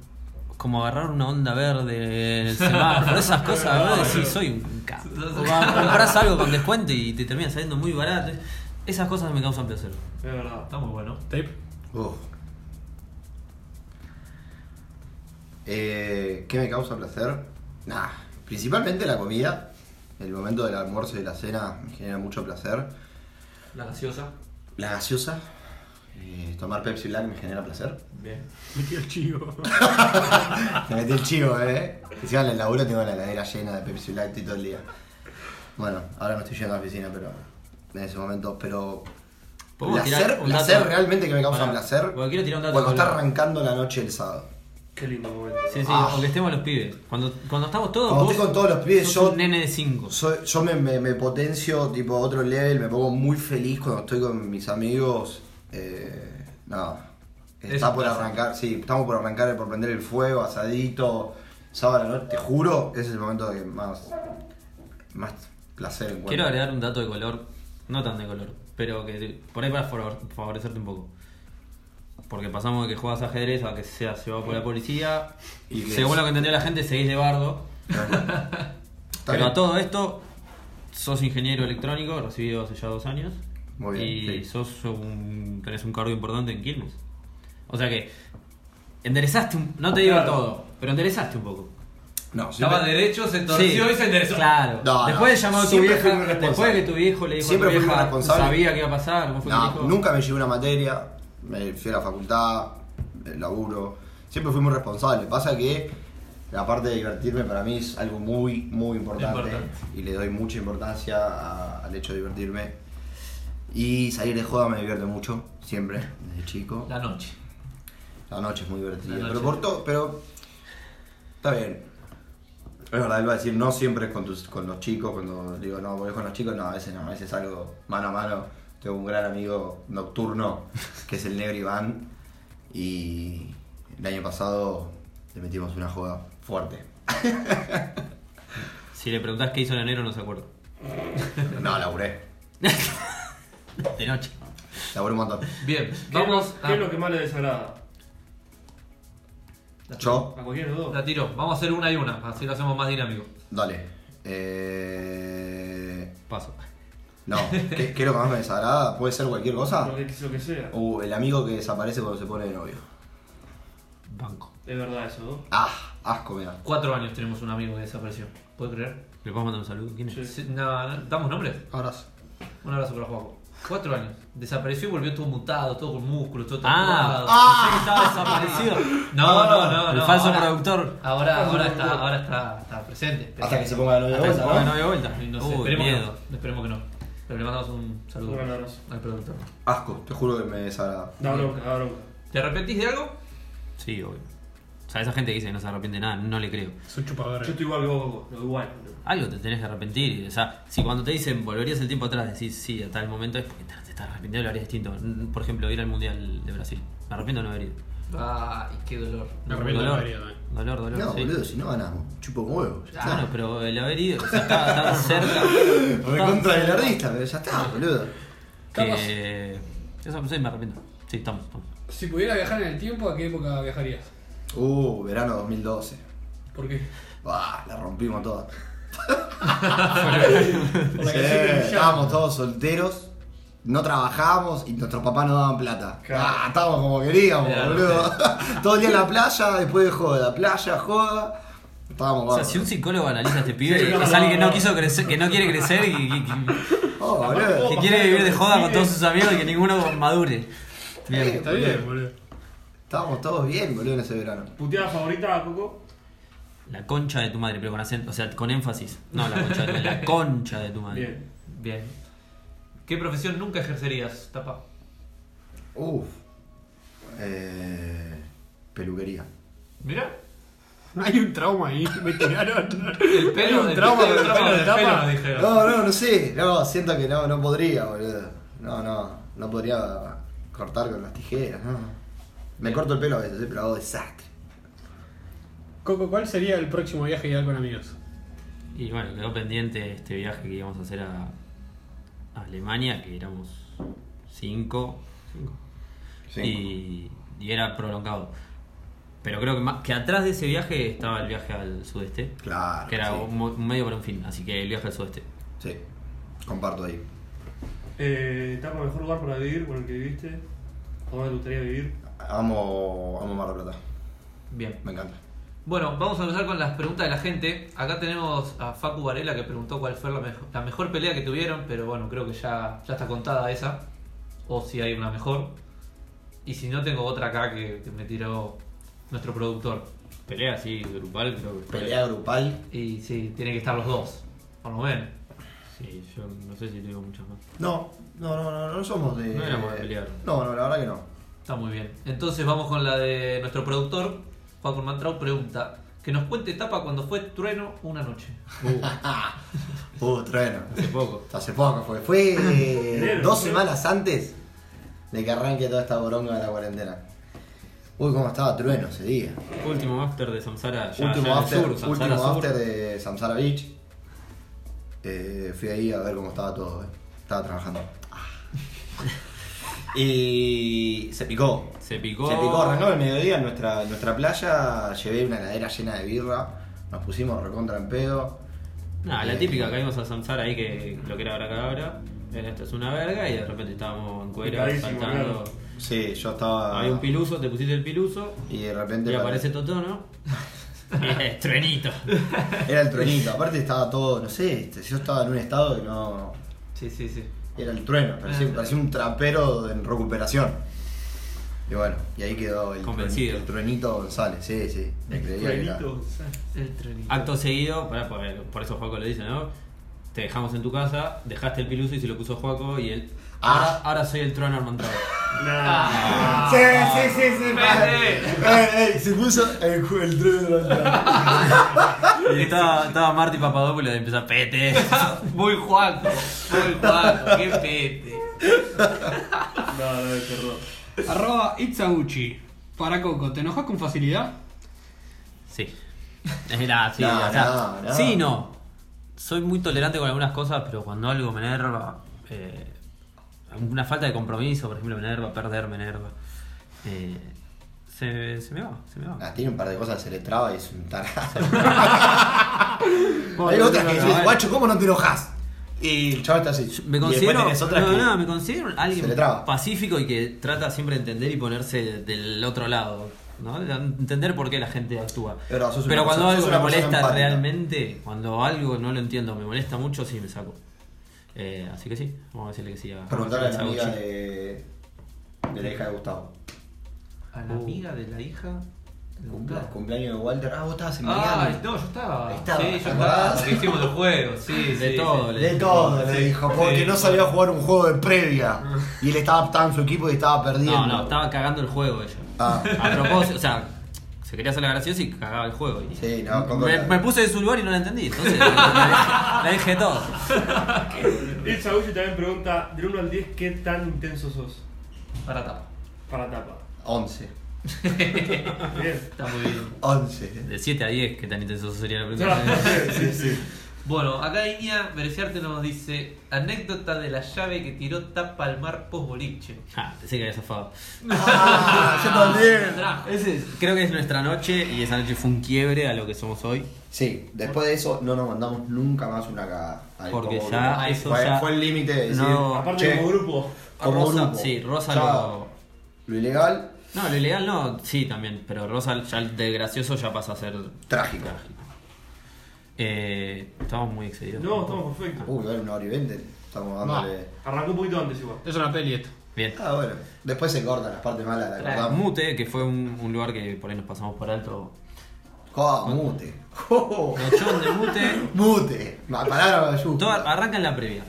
S3: como agarrar una onda verde en el semáforo, esas cosas, ¿verdad? Sí, soy un capo. O a- Compras algo con descuento y te termina saliendo muy barato. Esas cosas me causan placer.
S5: [LAUGHS]
S4: Es verdad.
S6: Está muy bueno.
S4: Tape.
S2: Uf. Eh, ¿Qué me causa placer? Nah, principalmente la comida. El momento del almuerzo y la cena me genera mucho placer.
S6: La gaseosa.
S2: La gaseosa. eh, tomar Pepsi Black me genera placer.
S6: Bien.
S4: Metí el chivo.
S2: Me metí el chivo, eh. Encima en el laburo tengo la heladera llena de Pepsi Black estoy todo el día. Bueno, ahora me estoy yendo a la oficina, pero en ese momento, pero.
S3: ¿Podemos
S2: Placer,
S3: tirar un
S2: placer
S3: dato?
S2: realmente que me causa
S3: Pará,
S2: placer.
S3: porque quiero tirar un dato
S2: Cuando está
S3: colgado.
S2: arrancando la noche el sábado.
S4: Qué lindo momento.
S3: Sí, sí,
S2: Ah.
S3: aunque estemos los pibes. Cuando, cuando estamos todos,
S2: Cuando
S3: vos
S2: estoy con todos los pibes,
S3: sos
S2: yo-
S3: un nene de 5.
S2: Soy- yo me, me- me potencio tipo a otro level, me pongo muy feliz cuando estoy con mis amigos. Eh, nada. Está
S6: Eso
S2: por
S6: pasa.
S2: arrancar, sí, estamos por arrancar, por prender el fuego, asadito, sábado a la noche, te juro, ese es el momento que más, más placer encuentro.
S3: Quiero agregar un dato de color, no tan de color, pero que por ahí para favor- favorecerte un poco. Porque pasamos de que juegas ajedrez a que seas llevado por la policía.
S2: Y que-
S3: Según lo que entendió la gente, seguís de bardo.
S2: Está
S3: Pero
S2: bien.
S3: a todo esto, sos ingeniero electrónico, recibido hace ya dos años.
S2: Muy bien,
S3: y
S2: sí.
S3: sos un, tenés un cargo importante en Quilmes. O sea que enderezaste un, no te digo
S4: Claro.
S3: todo, pero enderezaste un poco.
S2: No,
S6: Estaba
S2: siempre,
S6: derecho, se torció
S3: Sí,
S6: y se enderezó.
S3: Claro.
S2: No,
S3: después
S2: no.
S3: de llamar a tu
S2: Siempre fui
S3: vieja,
S2: muy responsable.
S3: después de que tu viejo le dijo
S2: Siempre
S3: a tu
S2: fui muy
S3: vieja,
S2: responsable.
S3: sabía que iba a pasar, ¿cómo fue que
S2: no,
S3: dijo?
S2: nunca me llevé una materia, me fui a la facultad, el laburo, siempre fui muy responsable. Pasa que la parte de divertirme para mí es algo muy, muy importante,
S6: Importante.
S2: y le doy mucha importancia a- al hecho de divertirme. Y salir de joda me divierte mucho, siempre, desde chico.
S6: La noche.
S2: La noche es muy divertida.
S6: La noche.
S2: Pero por todo, pero. Está bien. Es verdad, iba a decir, no siempre es con, tus, con los chicos, cuando digo, no, volvés con los chicos, no, a veces no, a veces salgo mano a mano. Tengo un gran amigo nocturno, [LAUGHS] que es el negro Iván, y el año pasado le metimos una joda fuerte.
S3: Si le preguntás qué hizo en enero no se acuerda.
S2: No, laburé,
S3: De noche.
S2: laburé un [LAUGHS] montón.
S6: Bien,
S4: ¿Qué,
S6: vamos
S4: es lo,
S6: a.
S4: qué es lo que más le desagrada?
S2: Yo,
S4: A cualquiera de los dos.
S6: La tiró. Vamos a hacer una y una, así lo hacemos más dinámico.
S2: dale. Eh,
S3: Paso.
S2: no, ¿qué, ¿qué es lo que más me desagrada? ¿Puede ser cualquier
S6: Ah.
S2: cosa?
S4: Lo que, lo que sea.
S2: Uh, el amigo que desaparece cuando se pone de novio.
S3: Banco.
S4: Es verdad eso, ¿no?
S2: Ah, asco me da.
S6: Cuatro años tenemos un amigo que desapareció. ¿Puedes creer?
S3: ¿Le puedo mandar un saludo? ¿Quién es?
S4: Sí.
S6: Sí, no, no, ¿Damos nombres?
S2: Abrazo.
S6: Un abrazo para Juanjo. Cuatro años. Desapareció y volvió todo mutado, todo con músculos, todo
S3: Ah,
S6: tatuado.
S3: pensé [LAUGHS] que estaba desaparecido.
S6: No, no, no,
S3: El
S6: no,
S3: falso
S6: ahora-
S3: productor.
S6: Ahora, ahora está, ahora está, está presente.
S2: Hasta que se ponga de novio de
S3: Hasta que se ponga
S2: vuelta,
S3: Ah, de
S2: ¿no?
S3: novia vuelta.
S6: No sé,
S3: Uy,
S6: esperemos, que
S3: miedo.
S6: no, esperemos que no. Pero le mandamos un saludo
S4: Un abrazo.
S6: al productor.
S2: Asco, te juro que me desagrada.
S4: Da bronca, da bronca.
S6: ¿Te arrepentís de algo?
S3: Sí, obvio. O sea, esa gente que dice que no se arrepiente de nada, no le creo.
S5: Soy chupador.
S4: Yo estoy igual que vos, Coco. No, igual. no.
S3: Algo te tenés que arrepentir. O sea, si cuando te dicen volverías el tiempo atrás, decís sí, a tal momento es porque te, te estás arrepintiendo, lo harías distinto. Mm, Por ejemplo, ir al Mundial de Brasil. Me arrepiento de no haber ido.
S6: Ay, qué dolor.
S5: Me arrepiento de no
S3: dolor,
S5: haber ido también.
S3: dolor, dolor.
S2: No,
S3: sí.
S2: boludo, si no ganamos. Chupo un huevo. Ya
S3: Claro,
S2: está.
S3: Ah, pero el haber ido, o sea, estaba tan cerca.
S2: Recontra del artista, pero ya está, boludo.
S3: Que. Eso no sé, me arrepiento. Sí, estamos, estamos.
S5: Si pudiera viajar en el tiempo, ¿a qué época viajarías?
S2: Uh, verano 2012.
S5: ¿Por qué?
S2: Bah, la rompimos
S3: [LAUGHS]
S2: toda.
S5: Por la
S2: Sí,
S5: canción de Villano.
S2: estábamos todos solteros, no trabajábamos y nuestros papás no daban plata.
S4: Claro.
S2: Ah, estábamos como queríamos,
S6: Claro.
S2: boludo. [LAUGHS] Todo el día en la playa, después de joda, playa, joda. Estábamos
S3: O sea,
S2: bárbaros.
S3: si un psicólogo analiza a este pibe,
S4: no,
S3: es alguien que no
S4: no.
S3: quiso crecer, que no quiere crecer y que, que-
S2: Oh, boludo.
S3: que quiere vivir de joda con todos sus amigos y que ninguno madure. Bien.
S5: Está bien, boludo.
S2: Eh, Estábamos todos bien, boludo, en ese verano.
S4: ¿Puteada favorita, Coco?
S3: La concha de tu madre, pero con acento, o sea, con énfasis. No, la concha de tu madre, la concha de tu madre.
S4: Bien.
S6: Bien. ¿Qué profesión nunca ejercerías, tapa?
S2: Uf. Eh, peluquería.
S6: Mira.
S4: [LAUGHS] Hay un trauma ahí, me tiraron.
S6: [LAUGHS] El pelo
S4: Hay un
S6: del-
S4: trauma
S6: el
S4: con el
S6: trauma
S4: pelo de
S6: del
S4: tapa.
S6: pelo, dijeron.
S2: No, no, no sé. No, siento que no, no podría, boludo. No, no. No podría cortar con las tijeras, no. Me corto el pelo a veces, eh, pero hago desastre.
S5: Coco, ¿cuál sería el próximo viaje ideal con amigos?
S3: Y bueno, quedó pendiente este viaje que íbamos a hacer a, a Alemania, que éramos cinco. Y, y era prolongado. Pero creo que, más, que atrás de ese viaje estaba el viaje al sudeste.
S2: Claro.
S3: Que era
S2: sí.
S3: un, mo- un medio para un fin, así que el viaje al sudeste.
S2: Sí. Comparto ahí.
S4: Eh, ¿Tapa mejor lugar para vivir con el que viviste? ¿O dónde te gustaría vivir?
S2: Amo, amo Mar del Plata.
S6: Bien.
S2: Me encanta.
S6: Bueno, vamos a empezar con las preguntas de la gente. Acá tenemos a Facu Varela que preguntó cuál fue la, mejo- la mejor pelea que tuvieron, pero bueno, creo que ya, ya está contada esa. O si hay una mejor. Y si no, tengo otra acá que, que me tiró nuestro productor.
S3: Pelea así, grupal, creo que fue-
S2: Pelea grupal.
S6: Y sí, tienen que estar los dos, por lo menos.
S3: Sí, yo no sé si tengo muchas más.
S2: No, no, no, no, no somos de.
S3: No éramos de pelear.
S2: No, no, la verdad que no.
S6: Está muy bien. Entonces vamos con la de nuestro productor, Juan Mantrau, pregunta. Que nos cuente tapa cuando fue trueno una noche.
S2: Uh, trueno.
S3: Hace poco.
S2: Hace poco fue. Fue
S3: Ah,
S2: eh,
S4: Enero,
S2: dos
S4: fue.
S2: semanas antes de que arranque toda esta boronga de la cuarentena. Uy, cómo estaba trueno ese día.
S3: Último after de Samsara, ya,
S2: último
S3: ya en el
S2: after,
S3: sur, Samsara
S2: último
S3: sur.
S2: after de Samsara Beach. Eh, fui ahí a ver cómo estaba todo. eh. Estaba
S3: [LAUGHS]
S2: trabajando. Y se picó.
S3: Se picó.
S2: Se picó, arrancó el mediodía en nuestra, en nuestra playa, llevé una heladera llena de birra, nos pusimos recontra en pedo.
S3: Nah,
S2: Eh,
S3: la típica, caímos a Samsara ahí que lo que era Abracadabra, era esto es una verga y de repente estábamos en cuero
S4: Picadísimo,
S3: saltando.
S4: claro.
S2: Sí, yo estaba.
S3: Hay un piluso, te pusiste el piluso
S2: Y de repente
S3: y aparece [LAUGHS] Totono. Eh, Truenito.
S2: Era el truenito, aparte estaba todo, no sé, este, yo estaba en un estado que no.
S6: Sí, sí, sí.
S2: Era el trueno,
S3: Ah,
S2: parecía, parecía un trapero en recuperación. Y bueno, y ahí quedó el,
S3: Convencido.
S2: truenito- el truenito González, sí, sí. Me creía que era.
S4: Buenito, ¿sabes?
S6: El truenito.
S3: Acto seguido, pará, por, por eso Juaco lo dice, ¿no? Te dejamos en tu casa, dejaste el piluso y se lo puso Juaco y él.
S2: Ah.
S3: Ahora, ahora soy el trueno Armantrado.
S4: Nah.
S2: Sí, sí, sí, sí, padre. Eh, eh, Se puso el, ju- el trueno González.
S3: Y estaba, estaba Marty Papadopoulos y empezó a pete.
S6: Muy Juanco, muy Juanco, qué pete.
S4: No, no, de terror.
S5: Arroba Itzauchi. Para Coco, ¿te enojas con facilidad?
S3: Sí. Era sí,
S2: No,
S3: o sea,
S2: no, no.
S3: sí, no. Soy muy tolerante con algunas cosas, pero cuando algo me enerva, eh, una falta de compromiso, por ejemplo, me enerva, perder me enerva. eh, se, se me va, se me va.
S2: Ah, tiene un par de cosas que se le traba y es un
S3: [LAUGHS]
S2: tarado. Hay
S4: Bueno,
S2: otras que
S4: no, no,
S2: dices,
S4: no,
S2: guacho, ¿cómo no te enojas? Y el chaval está así.
S3: Me
S2: Y después
S3: considero,
S2: tenés otras
S3: no,
S2: que-
S3: no, me considero
S2: se le
S3: alguien
S2: traba.
S3: pacífico y que trata siempre de entender y ponerse del otro lado. ¿no? De Entender por qué la gente actúa.
S2: Pero sos una persona-
S3: cuando
S2: sos
S3: algo me
S2: una persona
S3: molesta
S2: empática.
S3: realmente, cuando algo no lo entiendo, me molesta mucho, sí me saco. Eh, así que sí, vamos a decirle que sí a
S2: Preguntarle a la
S3: a
S2: amiga
S3: Gucci.
S2: de, de la hija de Gustavo.
S6: A la amiga de la hija. del
S2: Uh. Cumple-
S6: Gustavo.
S2: cumpleaños de Walter. Ah, vos estabas en
S6: Ah,
S2: Miami.
S6: no, yo estaba.
S2: Estaba,
S6: sí,
S2: ¿te
S6: yo
S2: acordás?
S6: estaba. Que hicimos los juegos, sí,
S3: De
S6: sí,
S3: todo,
S6: sí.
S2: de todo, le
S6: Sí,
S2: dijo,
S6: sí.
S2: porque no sabía jugar un juego de
S3: [LAUGHS]
S2: previa. Y él estaba, estaba en su equipo y estaba perdiendo.
S3: No, no, estaba cagando el juego ella.
S2: Ah.
S3: A propósito, o sea, se quería hacer la graciosa y cagaba el juego. Y
S2: Sí, no, con-
S3: me, me puse de su lugar y no la entendí, entonces la dejé- la dejé todo.
S4: El Sauchi también pregunta, del 1 al 10, ¿qué tan intenso sos
S6: Para tapa.
S4: para tapa?
S2: 11.
S4: Bien.
S6: Está muy bien.
S3: [LAUGHS]
S2: 11.
S3: De 7 a 10, que tan intenso sería la
S4: No,
S3: pregunta.
S4: sí, sí.
S6: Bueno, acá Iña Bereciarte nos dice anécdota de la llave que tiró tapa al mar post boliche.
S3: Ah, pensé que había zafado.
S2: Ah, yo también.
S6: Trajo.
S3: Ese es- creo que es nuestra noche y esa noche fue un quiebre a lo que somos hoy.
S2: Sí, después de eso no nos mandamos nunca más una cagada. Ahí,
S3: Porque
S2: como
S3: ya
S2: grupo.
S3: eso
S2: fue,
S3: ya-
S2: fue el límite de decir,
S3: No.
S4: Aparte
S2: Che.
S4: como grupo.
S2: como
S3: Rosa,
S2: grupo.
S3: sí, Rosa
S2: Ya,
S3: lo.
S2: Lo ilegal,
S3: No, lo ilegal no, sí también, pero Rosa ya el de gracioso ya pasa a ser
S2: trágico.
S3: trágico. Eh, estamos muy excedidos.
S4: No, estamos perfectos.
S2: Uy, vale, una hora y veinte. Estamos dándole.
S4: Arrancó un poquito antes igual.
S5: Es una peli esto.
S3: Bien.
S2: Ah, bueno. Después se cortan las partes malas, la
S3: La
S2: cortamos.
S3: Mute, que fue un, un lugar que por ahí nos pasamos por alto.
S2: Joda, ah, mute. [LAUGHS] Jo, jo.
S3: Nochón de Mute.
S2: Mute. Ma- Palabra mayúscula.
S3: Todo arranca en la previa.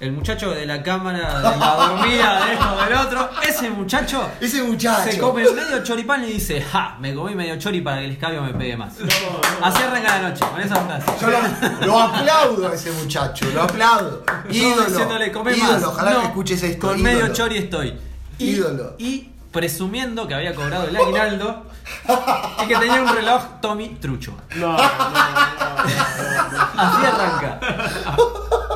S3: El muchacho de la cámara, de la dormida, de esto, del otro, ese muchacho
S2: Ese muchacho.
S3: se come medio choripán y dice, ja, me comí medio chori para que el escabio me pegue más. Así arranca la noche, con esa frase.
S2: Yo lo, lo aplaudo a ese muchacho, lo aplaudo.
S3: Yo
S2: Ídolo.
S3: diciéndole, come
S2: ídolo,
S3: más.
S2: ojalá
S3: No,
S2: que escuches esto.
S3: Con
S2: ídolo.
S3: medio chori estoy. Y,
S2: Ídolo.
S3: Y presumiendo que había cobrado el aguinaldo y que tenía un reloj Tommy Trucho.
S4: No, no, no, no.
S3: Así arranca.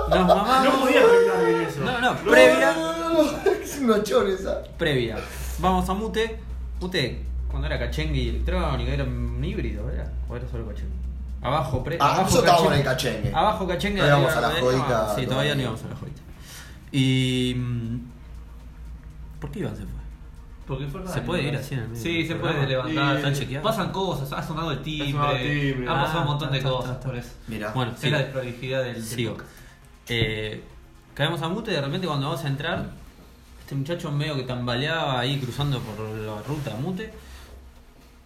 S3: Nos mamamos.
S4: No podía terminar bien eso.
S3: No, no,
S2: No,
S3: previa.
S2: no, no, [LAUGHS] no, Es un ochón esa.
S3: Previa. Vamos a Mute. Mute, cuando era cachengue y electrónica, era un híbrido, ¿verdad? O era solo cachengue. Abajo, pre,
S2: Ah,
S3: abajo
S2: nosotros estábamos en el cachengue.
S3: Abajo cachengue.
S2: No íbamos
S3: arriba
S2: a la
S3: Medellín.
S2: joica
S3: Ah, Sí, todavía
S2: todavía.
S3: no íbamos a la joita. Y. mm, ¿Por qué Iván se fue?
S6: Porque fue
S3: Se puede ir así en el medio
S6: Sí,
S3: del
S6: se
S3: programa.
S6: puede levantar.
S4: Sí. Está
S3: chequeado.
S6: Pasan cosas, ha sonado el
S4: sonado el
S6: timbre.
S4: timbre.
S6: Han pasado
S3: Ah,
S6: un montón
S3: ta,
S6: de
S3: ta, ta,
S6: cosas
S3: ta.
S6: por eso.
S2: Mira.
S3: Bueno,
S6: Es la
S3: sigo.
S6: desprolijidad del.
S3: sigo. Eh, caemos a mute y de repente cuando vamos a entrar, este muchacho medio que tambaleaba ahí cruzando por la ruta a mute.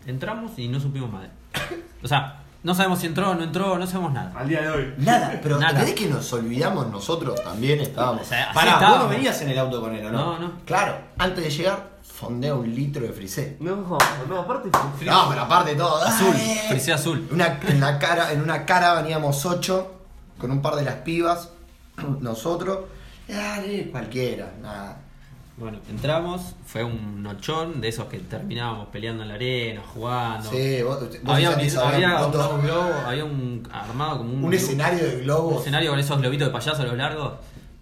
S3: Entramos y no supimos madre. [COUGHS] O sea, no sabemos si entró o no entró, no sabemos nada.
S4: Al día de hoy.
S3: [LAUGHS]
S2: Nada, pero
S3: Nada.
S2: ¿crees que nos olvidamos nosotros también estábamos?
S3: O sea, así
S2: Pará,
S3: estábamos.
S2: vos no venías en el auto con él, ¿o no?
S3: No, no.
S2: Claro, antes de llegar, fondea un litro de frisé.
S1: No, no, aparte.
S2: No, pero aparte de todo,
S3: Azul,
S2: dale.
S3: frisé azul.
S2: Una- en, la cara, en una cara veníamos ocho, con un par de las pibas, [CLEARS THROAT] nosotros, dale, cualquiera, nada.
S3: Bueno, entramos, fue un nochón de esos que terminábamos peleando en la arena, jugando.
S2: Sí, vos, usted- vos
S3: había,
S2: ya ni
S3: un,
S2: sabés,
S3: había
S2: vos
S3: un
S2: todo-
S3: globo, había un armado como un,
S2: un escenario de
S3: un
S2: globos.
S3: escenario con esos globitos de payaso a los largos.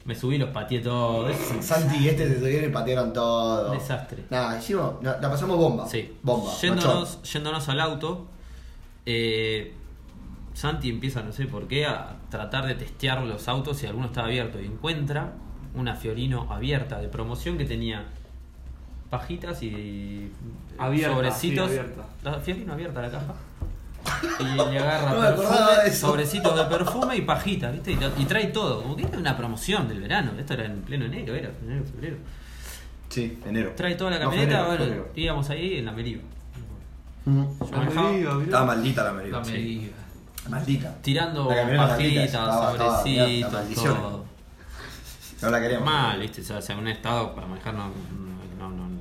S3: Me subí, los pateé todos.
S2: Santi y este se subieron y patearon todo.
S3: Desastre.
S2: Nada, hicimos, no, la pasamos bomba.
S3: Sí.
S2: Bomba.
S3: Yéndonos, yéndonos al auto, eh, Santi empieza, no sé por qué, a tratar de testear los autos si alguno estaba abierto y encuentra una Fiorino abierta de promoción que tenía pajitas y
S4: Abierta,
S3: sobrecitos.
S4: sí, abierta.
S3: La Fiorino abierta la caja. Y le agarra
S2: [LAUGHS] No me
S3: perfume,
S2: acordaba de eso.
S3: sobrecitos de perfume y pajitas, ¿viste? Y, tra- y trae todo. Como que era una promoción del verano. Esto era en pleno enero, era enero, febrero.
S2: Sí, enero.
S3: Trae toda la
S2: No, fue
S3: camioneta,
S2: enero, fue
S3: bueno,
S2: enero.
S3: íbamos ahí en la meriva.
S2: Mm.
S3: Yo manejaba
S2: Estaba maldita la medida.
S6: La medida.
S2: Maldita.
S3: tirando
S2: La camioneta maldita,
S3: pajitas,
S2: estaba- estaba abierta,
S3: sobrecitos,
S2: maldición.
S3: todo.
S2: No la queríamos.
S3: Mal, ¿viste? O sea, en un estado para manejar no. no, no, no.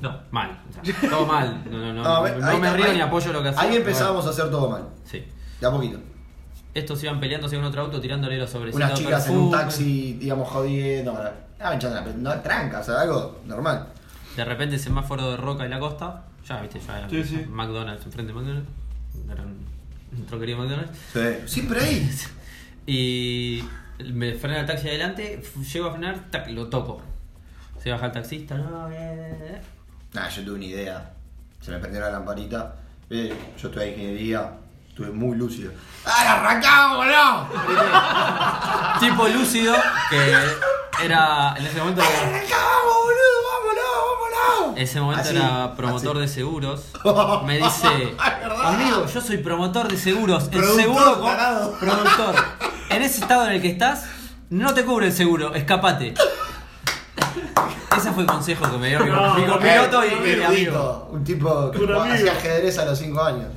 S6: No.
S3: Mal, o sea, todo mal. No, no, no,
S2: No, a
S3: no,
S2: ver,
S3: no
S2: ahí
S3: me
S2: está-
S3: río
S2: ahí-
S3: ni apoyo lo que hacía.
S2: Ahí empezábamos a hacer todo mal.
S3: Sí.
S2: De a poquito.
S3: Estos iban peleándose con otro auto, tirándole los sobrecitos.
S2: Unas
S3: de
S2: chicas en un
S3: perfume.
S2: taxi, digamos, jodiendo. para- Estaba hinchando la pe- no, tranca, o sea, algo normal.
S3: De repente, el semáforo de Roca y la Costa. Ya, viste, ya era
S4: Sí, sí.
S3: McDonald's, enfrente de McDonald's. Era un, un troquería de McDonald's.
S2: Sí. Siempre ahí.
S3: Y me frena el taxi adelante, f- llego a frenar, tac, lo toco. Se baja el taxista, no, eh, eh, eh.
S2: Nah, yo tuve una idea. Se me perdió la lamparita. Eh, yo estudié ingeniería. Estuve muy lúcido. ¡Ay, arrancamos, boludo!
S3: tipo lúcido que era en ese momento
S2: ¡Ay, arrancamos, boludo! ¡Vámonos, vámonos!
S3: ese momento
S2: Así,
S3: era promotor de seguros me dice
S2: verdad.
S3: amigo yo soy promotor de seguros el
S2: Productor,
S3: seguro co-
S2: tarado.
S3: productor en ese estado en el que estás no te cubre el seguro escapate ese fue el consejo que me dio mi,
S4: No,
S3: mi copiloto y
S2: Eh,
S3: mi amigo
S2: erudito, Un tipo que
S4: Un
S2: jugaba-
S4: amigo.
S2: hacía ajedrez a los 5 años.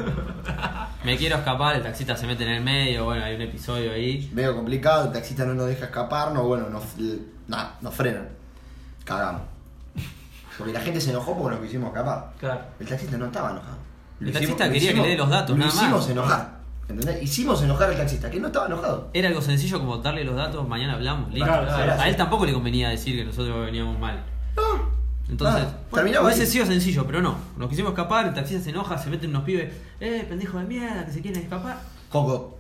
S3: me quiero escapar el taxista se mete en el medio bueno hay un episodio ahí
S2: Medio complicado, el taxista no nos deja escapar, no, bueno, nos, nah, nos frenan. Cagamos. Porque la gente se enojó porque nos quisimos escapar.
S6: Claro.
S2: El taxista no estaba enojado. Lo
S3: El
S2: hicimos-
S3: taxista
S2: lo
S3: quería que
S2: hicimos-
S3: le dé los datos,
S2: Lo
S3: nada más.
S2: hicimos enojar. ¿Entendés? Hicimos enojar al taxista, que no estaba enojado.
S3: era algo sencillo como darle los datos mañana hablamos listo.
S4: Claro,
S2: claro,
S3: a
S2: sí.
S3: él tampoco le convenía decir que nosotros veníamos mal
S2: No.
S3: Entonces,
S2: Ah,
S3: bueno,
S2: terminaba
S3: hubiese
S2: ahí.
S3: sido sencillo, pero no. Nos quisimos escapar, el taxista se enoja, se meten unos pibes, eh, pendejo de mierda, que se quieren escapar.
S2: Coco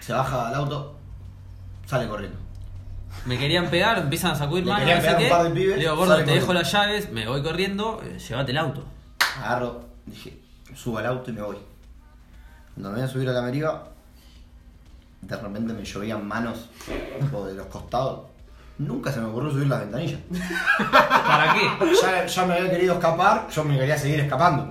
S2: se baja del auto, sale corriendo.
S3: Me querían pegar, empiezan a sacudir
S2: Le
S3: manos,
S2: querían
S3: no sé
S2: pegar un
S3: qué.
S2: par de pibes,
S3: Le digo, gordo,
S2: sale
S3: te dejo
S2: corriendo.
S3: las llaves, me voy corriendo, eh, llévate el auto.
S2: Agarro, dije, subo al auto y me voy. Cuando me voy a subir a la meriva, de repente me llovían manos tipo, de los costados. Nunca se me ocurrió subir la ventanilla.
S6: ¿Para
S2: [LAUGHS]
S6: qué?
S2: Ya, ya me había querido escapar, yo me quería seguir
S3: [LAUGHS]
S2: escapando.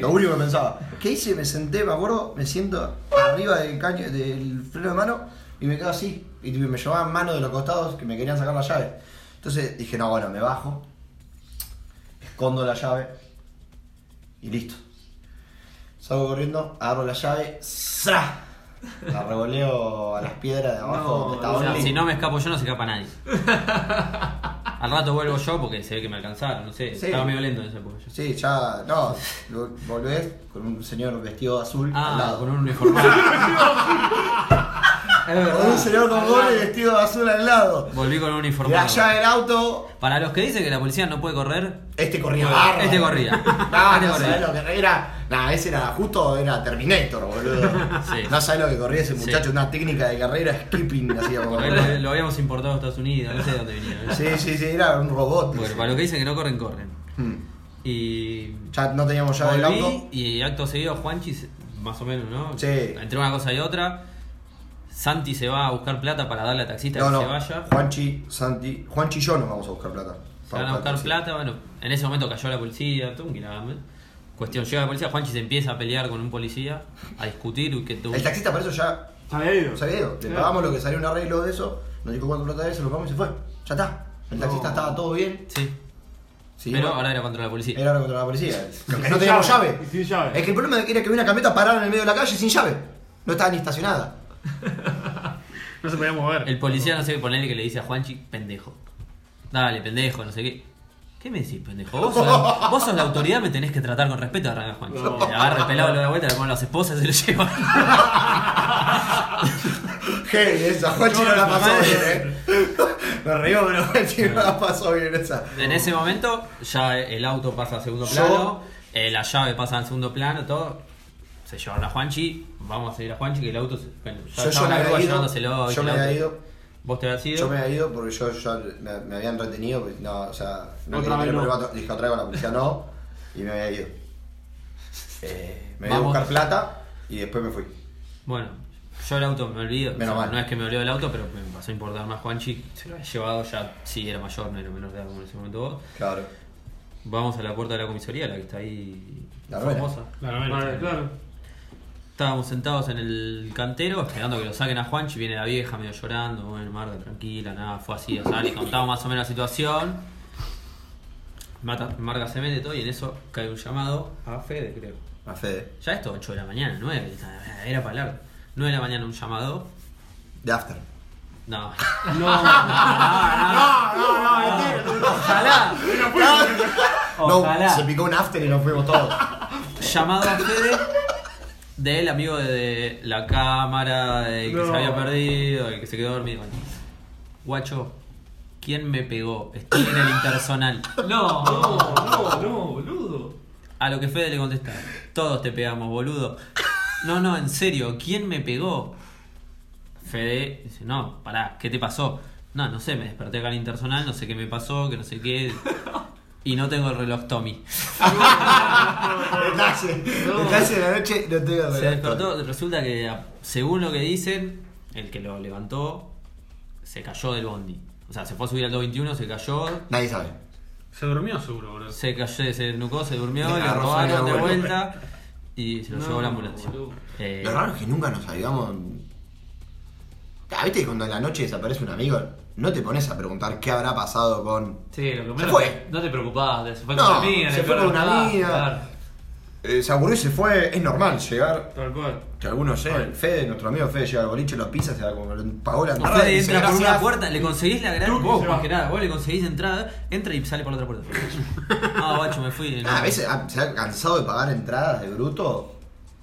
S2: Lo único que pensaba. ¿Qué hice? Me senté, me acuerdo, me siento arriba del caño, del freno de mano y me quedo así. Y tipo, me llevaban manos de los costados que me querían sacar la llave. Entonces dije, no, bueno, me bajo, escondo la llave y listo. Salgo corriendo, agarro la llave, ¡zra! La revoleo a las piedras de abajo
S6: No,
S2: donde está
S6: no,
S3: O sea,
S2: Only.
S3: si no me escapo yo, no se
S2: [LAUGHS]
S3: escapa nadie. Al rato vuelvo yo porque se ve que me alcanzaron, no sé.
S2: Sí.
S3: Estaba medio lento en ese apoyo.
S2: Sí, ya. No, lo- volvés con un señor vestido de azul al
S3: Ah,
S2: lado.
S3: con un uniformado.
S6: Es
S2: Con un señor con goles vestido de azul al lado.
S3: Volví con un
S2: La llave
S3: uniformado.
S2: del auto.
S3: Para los que dicen que la policía no puede correr,
S2: Este corría barro.
S3: Este corría.
S2: [LAUGHS] No,
S3: Este
S2: no
S3: corría.
S2: sabés lo que era. Nah, ese era justo, era Terminator, boludo.
S3: Sí.
S2: No sabés lo que corría ese muchacho,
S3: Sí.
S2: una técnica de carrera skipping hacía por
S3: por ahí lo, lo habíamos importado a Estados Unidos, no sé de dónde vinieron.
S2: Sí, sí, sí, era un robot.
S3: Bueno,
S2: ese.
S3: para los que dicen que no corren, corren.
S2: Hmm.
S3: Y.
S2: Ya no teníamos llave del
S3: volví
S2: auto.
S3: y acto seguido, Juanchi, se- más o menos, ¿no?
S2: Sí.
S3: Entre una cosa y otra. Santi se va a buscar plata para darle a taxista
S2: No,
S3: que
S2: no.
S3: se vaya.
S2: Juanchi, Santi. Juanchi y yo nos vamos a buscar plata.
S3: Se van a buscar plata, bueno, en ese momento cayó la policía, todo un quilombo. ¿eh? Cuestión, llega la policía, Juanchi se empieza a pelear con un policía, a discutir, uy, que tú...
S2: El taxista para eso ya
S4: Había ido.
S2: nos había ido. Le
S4: Claro.
S2: pagamos lo que salió un arreglo de eso, nos dijo cuánto plata era, se lo pagamos y se fue. Ya está. El taxista estaba todo bien.
S3: Sí,
S2: Sí,
S3: pero
S2: bueno,
S3: ahora era contra la policía.
S2: era ahora contra la policía. Lo que no
S4: sin
S2: teníamos
S4: llave,
S2: llave.
S4: y sin llave.
S2: Es que el problema era que había una camioneta parada en el medio de la calle sin llave. No estaba ni estacionada.
S4: No se podía mover.
S3: El policía, no sé qué ponerle, que le dice a Juanchi, pendejo. Dale, pendejo, no sé qué. ¿Qué me decís, pendejo? Vos sos la, vos sos la autoridad, me tenés que tratar con respeto, arranca Juanchi.
S4: No.
S3: Le agarra el pelado, lo da vuelta, le pone las esposas y se lo lleva.
S2: Hey, esa Juanchi no la pasó bien, eh. Me río, pero Juanchi no la pasó bien esa.
S3: En ese momento, ya el auto pasa a segundo
S2: Yo-
S3: plano, eh, la llave pasa al segundo plano, todo. Se llevaron a Juanchi, vamos a seguir a Grúa llevándoselo, ¿viste, el auto. que el auto. se- Bueno, ya
S2: Yo, yo
S3: estaba
S2: me
S3: la grúa
S2: había
S3: llevándoselo.
S2: ido. Yo me había ido.
S3: Vos te habías ido.
S2: Yo me había ido porque yo, yo me, me habían retenido, porque no, o sea, no quería
S4: Otra vez
S2: tener
S4: no.
S2: problemas, dije otra vez con la policía no, y me había ido. Eh, me voy
S3: Vamos.
S2: a buscar plata y después me fui.
S3: Bueno, yo el auto me olvido.
S2: Menos mal.
S3: No es que me olvido del auto, pero me pasó a importar más Juanchi. Se lo había llevado ya, sí, era mayor, no era menor de edad como en ese momento vos.
S2: Claro.
S3: Vamos a la puerta de la comisaría, la que está ahí.
S2: La
S3: famosa.
S4: La novela. Vale, claro.
S3: Estábamos sentados en el cantero esperando que lo saquen a Juanchi. Viene la vieja medio llorando. Bueno, Marta, tranquila, nada, fue así. O sea, le contamos más o menos la situación. Mata- Marga se mete todo y en eso cae un llamado a Fede, creo.
S2: A Fede.
S3: Ya esto, 8 de la mañana, 9. Era para largo. 9 de la mañana un llamado.
S2: De After.
S3: No.
S5: No,
S2: No, no, no, mentira.
S3: Ojalá. Ojalá.
S2: No, se picó un After y nos fuimos todos.
S3: Llamado a Fede del amigo de, de la cámara, el que
S4: No.
S3: se había perdido, el que se quedó dormido. Bueno. Guacho, ¿quién me pegó? Estoy en el intersonal.
S6: No, no.
S4: No, no, boludo.
S3: A lo que Fede le contesta, todos te pegamos, boludo. No, no, en serio, ¿quién me pegó? Fede dice, no, pará, ¿qué te pasó? No, no sé, me desperté acá en el intersonal, no sé qué me pasó, que no sé qué. Y no tengo el reloj Tommy.
S2: Detalle. Detalle de la noche, no tengo
S3: Se
S2: relato.
S3: despertó, resulta que a- según lo que dicen, el que lo levantó se cayó del bondi. O sea, se fue a subir al 221, se cayó,
S2: Nadie sabe.
S5: se durmió seguro, boludo.
S3: se cayó, se nucó, se durmió,
S2: Le
S3: le
S2: agarró
S3: robaron de
S2: sueño, boludo.
S3: vuelta y se lo
S5: No,
S3: llevó la ambulancia.
S5: boludo.
S3: Eh,
S2: Lo raro es que nunca nos ayudamos. Ah, ¿Viste que cuando en la noche desaparece un amigo? No te pones a preguntar qué habrá pasado con.
S6: Sí, lo
S2: Se
S6: primero.
S2: fue.
S6: No te preocupás, de- se fue
S2: No,
S6: con una amiga.
S2: se fue con una amiga.
S6: amiga.
S2: Eh, se aburrió y se fue. Es normal llegar.
S4: Tal cual.
S2: Que algunos lleguen. Fede, nuestro amigo Fede, llega al boliche, lo pisa, se da como. Pagó la entrada.
S3: Fede
S2: y dice,
S3: entra por
S2: "Gracias".
S3: una puerta, le conseguís la gran.
S4: Truco,
S3: Vos,
S4: se
S3: más
S4: va.
S3: que nada, vos le conseguís entrada, entra y sale por la otra
S2: [LAUGHS]
S3: puerta. Ah, guacho, me fui.
S2: Ah, a veces ah, se ha cansado de pagar entradas de bruto.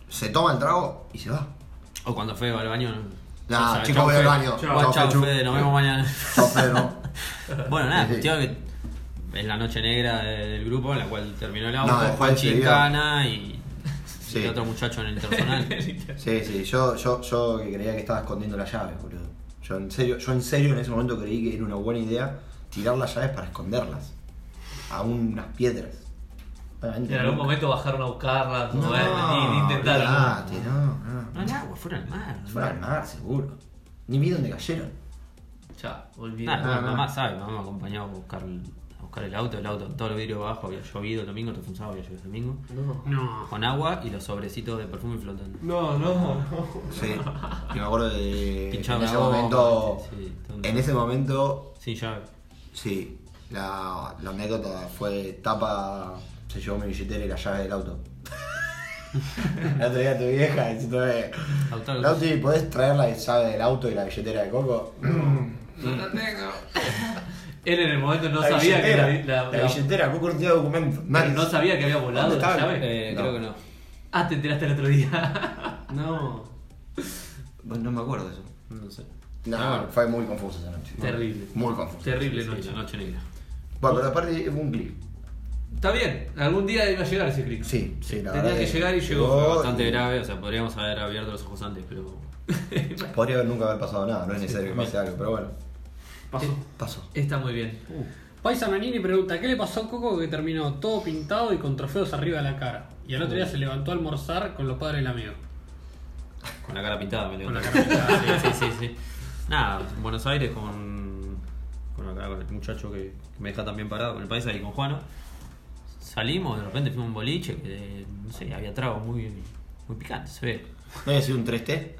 S2: Se toma el trago y se va.
S3: O cuando Fede va al baño. no.
S2: Nah,
S3: O sea,
S2: chicos,
S3: chau,
S2: voy al
S3: Fede.
S2: baño.
S3: Chau,
S2: Chau,
S3: chau,
S2: Fechu.
S3: Fede, nos
S2: [LAUGHS]
S3: vemos mañana.
S2: Chau, Fede,
S3: [LAUGHS]
S2: no.
S3: Bueno, nada,
S2: Sí, sí.
S3: cuestión que es la noche negra del grupo en la cual terminó el auto,
S2: No, después
S3: Juanchi en
S2: enseguida.
S3: Cana y,
S2: Sí.
S3: y otro muchacho en el
S5: [LAUGHS]
S3: personal.
S2: Sí, sí, yo, yo, yo que creía que estaba escondiendo las llaves, boludo. Yo en serio, yo en serio en ese momento creí que era una buena idea tirar las llaves para esconderlas. A unas piedras. Obviamente
S6: En algún
S2: nunca.
S6: momento bajaron a buscarla,
S2: No,
S6: no, eh, ni, ni intentaron.
S2: olvidate, no,
S3: no
S2: no.
S3: el agua, fuera al mar.
S2: Fueron al mar, seguro. Ni vi dónde cayeron.
S6: Ya, olvidé.
S3: Nada,
S2: Ah,
S3: mamá
S2: no.
S3: sabe, mamá me acompañó a buscar, el- a buscar el auto, el auto, todo el vidrio abajo, había llovido el domingo, refunzado, había llovido el domingo.
S5: No.
S3: Con agua y los sobrecitos de perfume flotando.
S4: No, no, no.
S2: Sí. Y me acuerdo de.
S3: Pinchaba
S2: en ese
S3: la bomba,
S2: momento.
S3: sí, todo.
S2: en ese momento
S3: Sin llave.
S2: Sí, [LAUGHS] la, la anécdota fue tapa, se llevó mi billetera y la llave del auto. El otro día tu vieja diciéndome,
S3: Lautaro,
S2: Lauti, ¿podés traer la llave del auto y la billetera de Coco?
S5: No la tengo.
S6: Él en el momento no
S2: la
S6: sabía que
S2: billetera,
S6: la- la-
S2: la
S6: la-
S2: billetera, Coco no tenía documento.
S6: pero no sabía que había volado
S2: ¿Dónde
S6: la
S2: estaba?
S6: llave.
S3: Eh,
S2: No.
S3: Creo que no.
S6: Ah, te enteraste el otro día.
S2: [LAUGHS]
S3: No.
S2: Bueno, no me acuerdo eso.
S3: No sé.
S2: No, fue muy confuso esa noche.
S6: Terrible.
S2: Muy confuso.
S6: Terrible
S3: Sí,
S6: noche.
S3: la noche negra.
S2: Bueno, pero aparte fue un clic.
S6: Está bien, algún día iba a llegar ese clic.
S2: Sí, sí, la
S6: Tenía
S2: verdad
S6: que llegar y llegó. Fue
S3: Bastante
S2: Oh, y
S3: grave, o sea, podríamos haber abierto los ojos antes, pero.
S2: Podría nunca haber pasado nada, no es necesario que pase algo, pero bueno,
S4: Pasó.
S2: pasó.
S6: Está muy bien.
S5: Paisa Manini pregunta, ¿qué le pasó a Coco que terminó todo pintado y con trofeos arriba de la cara? Y al otro día se levantó a almorzar con los padres del amigo.
S3: Con la cara pintada, me
S5: Con
S3: levanté.
S5: la cara
S3: sí, sí, sí, sí. Nada, en Buenos Aires con. Con acá, con el muchacho que, que me deja también parado, con el país ahí, con Juano. Salimos, de repente fuimos a un boliche, que de- no sé, había tragos muy, muy picantes, se ve.
S2: ¿No había sido un 3T?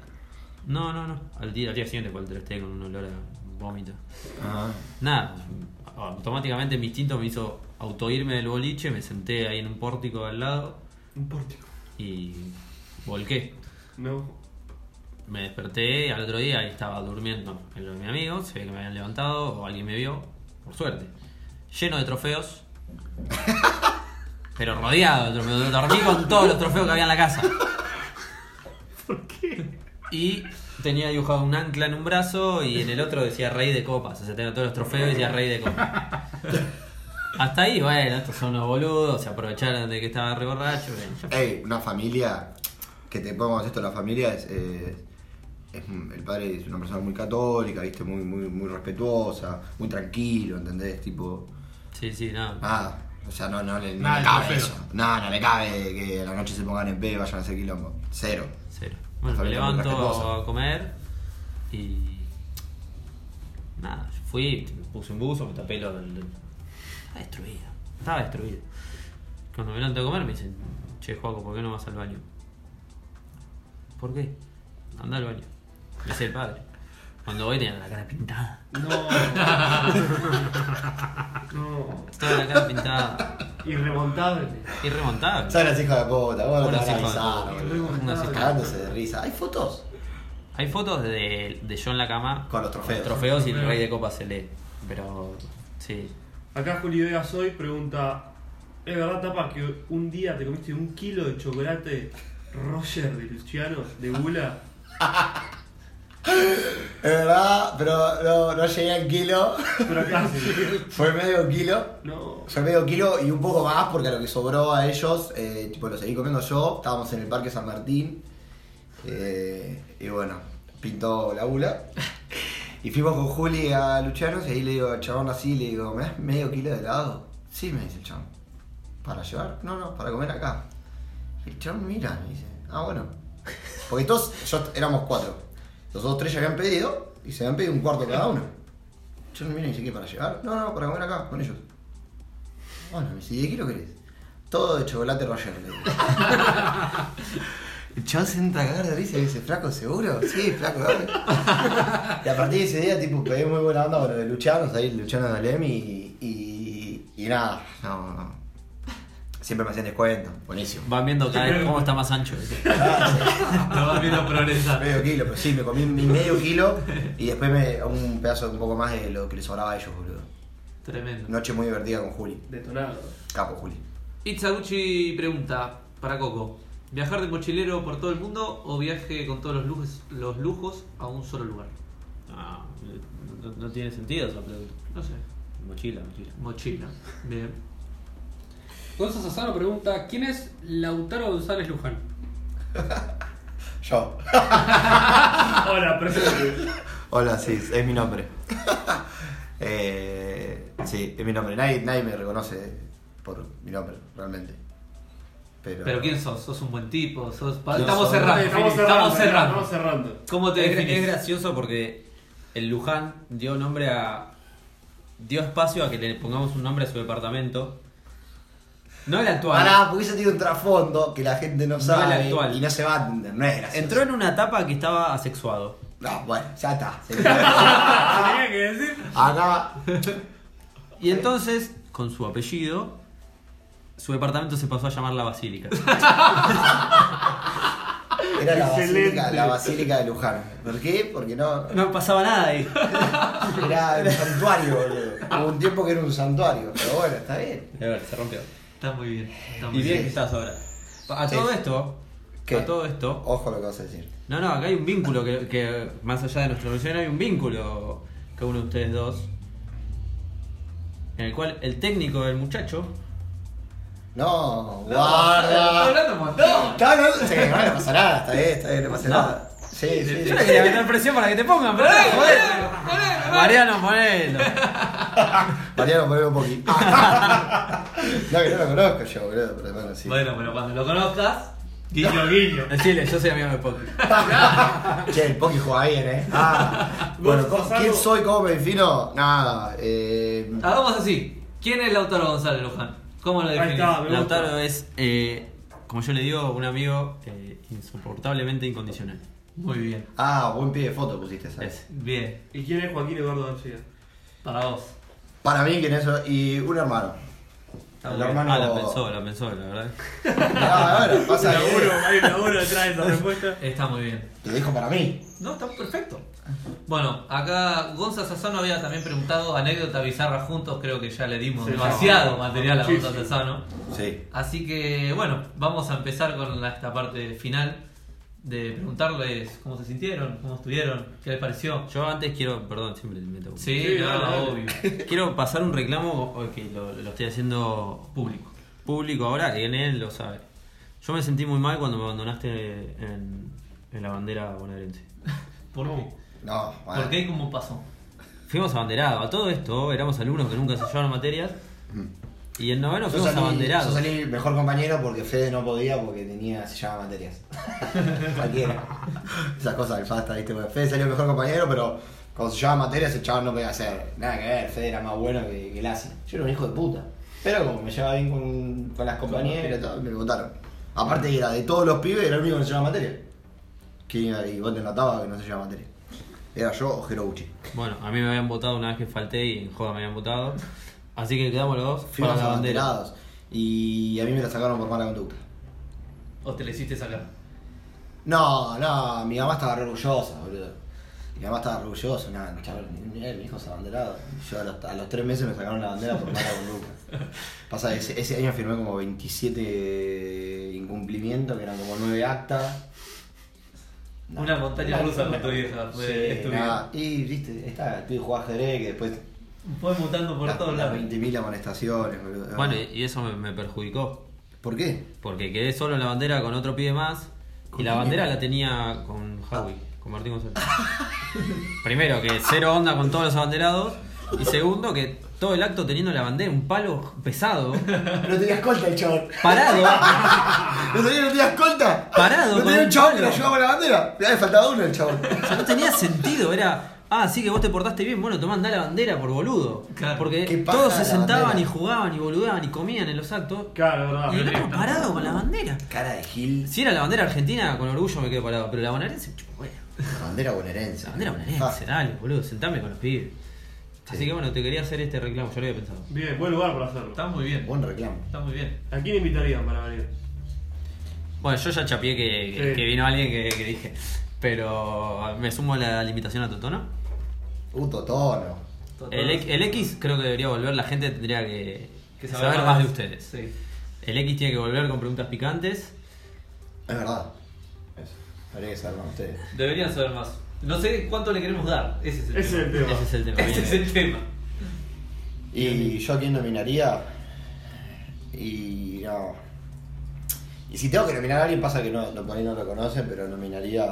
S3: No, no, no. Al día, al día siguiente fue el 3T con un olor a vómito.
S2: Ah,
S3: Nada, automáticamente mi instinto me hizo autoirme del boliche, me senté ahí en un pórtico al lado
S4: Un pórtico.
S3: y volqué.
S4: No.
S3: Me desperté al otro día y estaba durmiendo en lo de mi amigo, se ve que me habían levantado o alguien me vio, por suerte. Lleno de trofeos, pero rodeado de trofeos. Dormí con todos los trofeos que había en la casa. Y tenía dibujado un ancla en un brazo y en el otro decía rey de copas. O sea, tenía todos los trofeos y decía rey de copas. Hasta ahí, bueno, estos son los boludos, se aprovecharon de que estaba re borracho. bueno, ya fue.
S2: Ey, una familia, que te pongamos esto, la familia es, eh, es un- el padre es una persona muy católica, viste, muy, muy, muy respetuosa, muy tranquilo, ¿entendés? Tipo,
S3: Sí, sí, no.
S2: nada, Ah, o sea, no, no, le, no
S5: Nada
S2: le
S5: de
S2: cabe
S5: trofeo.
S2: eso. No, no le cabe que a la noche se pongan en pie y vayan a hacer quilombo. Cero.
S3: Cero. Bueno, me
S2: Familia muy
S3: levanto
S2: respetuosa.
S3: a comer y. Nada, yo fui, me puse un buzo, me tapé lo del. del- Estaba destruido. Estaba destruido. Cuando me levanto a comer me dicen, che, Joaco, ¿por qué no vas al baño? ¿Por qué? Anda al baño. Me dice el padre. Cuando voy tenía la cara pintada.
S4: [LAUGHS] No. no.
S3: Toda la cara pintada.
S4: Irremontable.
S3: Irremontable.
S2: Son las hijas de puta, vos no te vas
S3: Unas
S2: a
S3: hijas de
S2: avisar,
S3: puta.
S2: boludo.
S3: Unas hijas de
S2: Cagándose de risa. ¿Hay fotos?
S3: Hay fotos de, de yo en la cama
S2: Con los trofeos.
S3: trofeos y el rey de copas se lee. Pero. Sí.
S4: Acá Juli Vegas hoy pregunta: ¿Es verdad, Tapa, que un día te comiste un kilo de chocolate Roger de Luciano, de Gula?
S2: Es verdad, Eh, pero no, no llegué al kilo. [LAUGHS]
S4: Pero [LAUGHS] casi.
S2: Fue medio kilo.
S4: No.
S2: Fue medio kilo y un poco más porque a lo que sobró a ellos, eh, tipo lo seguí comiendo yo. Estábamos en el Parque San Martín. eh, y bueno, pintó la bula. Y fuimos con Juli a Luchanos y ahí le digo al chabón así, le digo, ¿me das medio kilo de helado? Sí, me dice el chabón. ¿Para llevar? No, no, para comer acá. Y el chabón mira, me dice, ah, bueno. Porque todos, yo éramos cuatro. Los otros tres ya habían pedido y se habían pedido un cuarto cada uno. El chabón mira y dice, ¿qué? ¿Para llevar? No, no, para comer acá, con ellos. Bueno, me dice, ¿y de qué lo querés? Todo de chocolate Roger, le digo. El chabón se entra a cagar de risa y dice, ¿flaco seguro? Sí, flaco, dale. Y a partir de ese día, tipo, pegué muy buena onda con lo de Luchanos, ahí Luchano de Lem y, y, y nada, no, no. Siempre me hacían descuento, buenísimo.
S3: Van viendo cada vez cómo está más ancho.
S6: Lo vas viendo progresar.
S2: Medio kilo, pero sí, me comí mi medio kilo y después me un pedazo un poco más de lo que les sobraba a ellos, boludo.
S6: Tremendo.
S2: Noche muy divertida con Juli.
S4: Detonado.
S2: Capo, Juli.
S6: Itzaguchi pregunta para Coco: ¿Viajar de mochilero por todo el mundo o viaje con todos los lujos, los lujos a un solo lugar?
S3: No, no, no tiene sentido eso, pero-
S6: No sé.
S3: Mochila, mochila.
S6: Mochila. Bien.
S5: Gonzalo Sassano pregunta, ¿quién es Lautaro González Luján?
S2: Yo.
S4: Hola, presente.
S2: Hola, sí, es mi nombre. [LAUGHS] Eh, sí, es mi nombre. Nadie, nadie me reconoce por mi nombre, realmente. Pero,
S6: Pero ¿quién sos? ¿Sos un buen tipo? ¿Sos... pa-
S2: ¿Quién
S6: Estamos
S2: soy?
S6: cerrando.
S4: Estamos
S6: Fili,
S4: cerrando.
S6: Estamos cerrando.
S4: Estamos cerrando.
S6: ¿Cómo te
S3: Es, es
S6: definís?
S3: gracioso porque el Luján dio nombre a. dio espacio a que le pongamos un nombre a su departamento. No el actual.
S2: Pará, porque eso tiene un trasfondo que la gente no
S3: No
S2: sabe
S3: el actual.
S2: y no se va a entender. No es gracioso.
S3: Entró en una etapa que estaba asexuado.
S2: No, bueno, ya está. Se
S3: [LAUGHS]
S2: quedó.
S4: Ah. Tenía que decir.
S2: Acá
S3: Y entonces, con su apellido, su departamento se pasó a llamar la Basílica. [LAUGHS]
S2: Era la basílica,
S4: Excelente.
S2: la basílica de Luján. ¿Por qué? Porque no.
S3: No pasaba nada ahí.
S2: Era un santuario, boludo. Hubo un tiempo que era un santuario, pero bueno, está bien.
S3: A ver, se rompió.
S6: Está muy bien. Está muy
S3: Y bien
S6: bien.
S3: que estás ahora. Pa- A
S2: Sí.
S3: todo esto.
S2: ¿Qué?
S3: A todo esto.
S2: Ojo lo que vas a decir.
S3: No, no, acá hay un vínculo que, que más allá de nuestra relación hay un vínculo cada uno de ustedes dos. En el cual el técnico del muchacho.
S2: No,
S6: Está
S2: guarda.
S6: hablando un montón.
S2: Está hablando- Sí, no le pasa nada, está bien, está bien, no pasa
S3: No.
S2: nada. Sí, sí, sí.
S3: Yo le quería meter presión para que te pongan, pero no, joder. Mariano, ponelo.
S2: Mariano, poneme un poquito. no, que no lo conozco yo, boludo, pero bueno, sí.
S6: Bueno, pero cuando lo conozcas.
S4: Guiño, guiño.
S3: Decirle, yo soy amigo de Poki.
S2: Che, el Poki juega bien, eh. Ah, bueno,
S4: Vos,
S2: ¿quién
S4: Gonzalo.
S2: soy? ¿Cómo me defino? Nada, eh.
S6: Hagamos así. ¿Quién es Lautaro González Luján? ¿Cómo lo definís?
S4: está, me gusta.
S3: Lautaro es, eh, como yo le digo, un amigo eh, insoportablemente incondicional.
S6: Muy bien.
S2: Ah, buen pie de foto pusiste, ¿sabes?
S3: Es.
S6: Bien.
S4: ¿Y quién es Joaquín Eduardo García?
S6: Para vos.
S2: Para mí, ¿quién es eso? Y un hermano. El hermano.
S3: Ah, la pensó, la pensó, la verdad.
S2: Ah, bueno, pasa que-
S4: [LAUGHS] Laburo, hay un laburo detrás de esa respuesta.
S6: Está muy bien.
S2: Te dejo para mí.
S6: No, está perfecto. Bueno, acá Gonza Sassano había también preguntado anécdota bizarra juntos. Creo que ya le dimos
S4: Sí,
S6: demasiado
S4: no,
S6: material a Gonza
S4: muchísimo.
S6: Sassano.
S2: Sí.
S6: Así que, bueno, vamos a empezar con la- esta parte final de preguntarles cómo se sintieron, cómo estuvieron, qué les pareció.
S3: Yo antes quiero, perdón, siempre me meto.
S6: Sí,
S4: Sí,
S6: no,
S4: dale, dale.
S6: obvio.
S3: Quiero pasar un reclamo o- que lo, lo estoy haciendo público. Público ahora, que él lo sabe. Yo me sentí muy mal cuando me abandonaste en, en la bandera bonaerense.
S6: ¿Por qué?
S2: No, bueno.
S6: ¿Por qué y cómo pasó?
S3: Fuimos abanderados, a todo esto éramos alumnos que nunca se llevaron materias. Y en noveno
S2: Yo
S3: fuimos
S2: salí, yo
S3: abanderados.
S2: salí mejor compañero porque Fede no podía porque tenía, se llama materias. Cualquiera. Esas cosas del fasta, viste. Porque Fede salió mejor compañero, pero cuando se llama materias el chaval no podía hacer nada que ver. Fede era más bueno que, que Lassi. Yo era un hijo de puta. Pero como me llevaba bien con, con las compañeras, y todo, me votaron. Aparte que era de todos los pibes, era el único que no se llevaba materias. Que iba y vos te notabas que no se llevaba materias. Era yo o Jerobuchi.
S3: Bueno, a mí me habían votado una vez que falté y en joda me habían votado. Así que quedamos los dos
S2: Fuimos
S3: para la bandera.
S2: abanderados. Y a mí me la sacaron por mala conducta.
S6: ¿O te la hiciste sacar?
S2: No, no, mi mamá estaba re orgullosa, boludo. Mi mamá estaba re orgullosa, nada, chaval, mi, mi hijo es abanderado. Yo a los, a los tres meses me sacaron la bandera por mala
S6: [LAUGHS]
S2: conducta. Pasa que ese, ese año firmé como 27 incumplimientos, que eran como 9 actas. No.
S6: Una montaña rusa con tu vieja.
S2: Sí,
S6: Fue, es tu
S2: nada.
S6: vida.
S2: Y viste, está, estoy jugando ajedrez, que después
S6: Fue mutando por
S2: la-
S6: todos
S2: las
S6: lados.
S2: 20.000 amonestaciones, boludo.
S3: Bueno, y- y eso me- me perjudicó.
S2: ¿Por qué?
S3: Porque quedé solo en la bandera con otro pibe más. Y
S2: ¿Con
S3: la
S2: quién
S3: bandera
S2: era?
S3: la tenía con Howie, con Martín González. Primero, que cero onda con todos los abanderados. Y segundo, que todo el acto teniendo la bandera, un palo pesado,
S2: No tenías colta el chabón.
S3: parado.
S2: ¿No tenía, no tenías colta?
S3: Parado,
S2: ¿No
S3: con
S2: tenía
S3: un
S2: un chabón que
S3: palo.
S2: la llevaba la bandera? Le había faltado uno el chabón.
S3: O sea, no tenía sentido, era. Ah, sí que vos te portaste bien, bueno, tomá, andá la bandera por boludo.
S6: Claro.
S3: Porque
S2: Qué paja
S3: todos se
S2: la
S3: sentaban
S2: bandera.
S3: y jugaban y boludaban y comían en los actos.
S4: Claro, verdad.
S3: Y el otro
S4: perfecto.
S3: parado con la bandera.
S2: Cara de Gil.
S3: Si era la bandera argentina, con orgullo me quedo parado. Pero la bonaerense, chupa, bueno.
S2: Bandera bonaerense.
S3: La bandera bonaerense,
S2: Fácil.
S3: dale, boludo, sentame con los pibes. Así que bueno, te quería hacer este reclamo, yo lo había pensado.
S4: Bien, buen lugar para hacerlo.
S6: Está muy bien.
S2: Buen reclamo.
S6: Está muy bien.
S4: ¿A quién invitarían para venir?
S3: Bueno, yo ya chapié que, que-
S4: Sí.
S3: que vino alguien que, que dije, pero me sumo a la limitación a Totono.
S2: Uh, Totono.
S3: El, X- el X creo que debería volver, la gente tendría que,
S6: Que
S3: saber, más, de ustedes.
S6: Sí.
S3: El X tiene que volver con preguntas picantes.
S2: Es verdad. Eso. Habría que saber más ustedes.
S6: Deberían saber más. No sé cuánto le queremos dar. Ese es el
S4: Ese es el
S6: tema.
S4: tema.
S3: Ese es el tema.
S6: [LAUGHS] Ese
S3: bien.
S6: es el tema.
S2: ¿Y yo a quién nominaría? Y no. Y si tengo que nominar a alguien, pasa que no, no, por ahí no lo conocen, pero nominaría.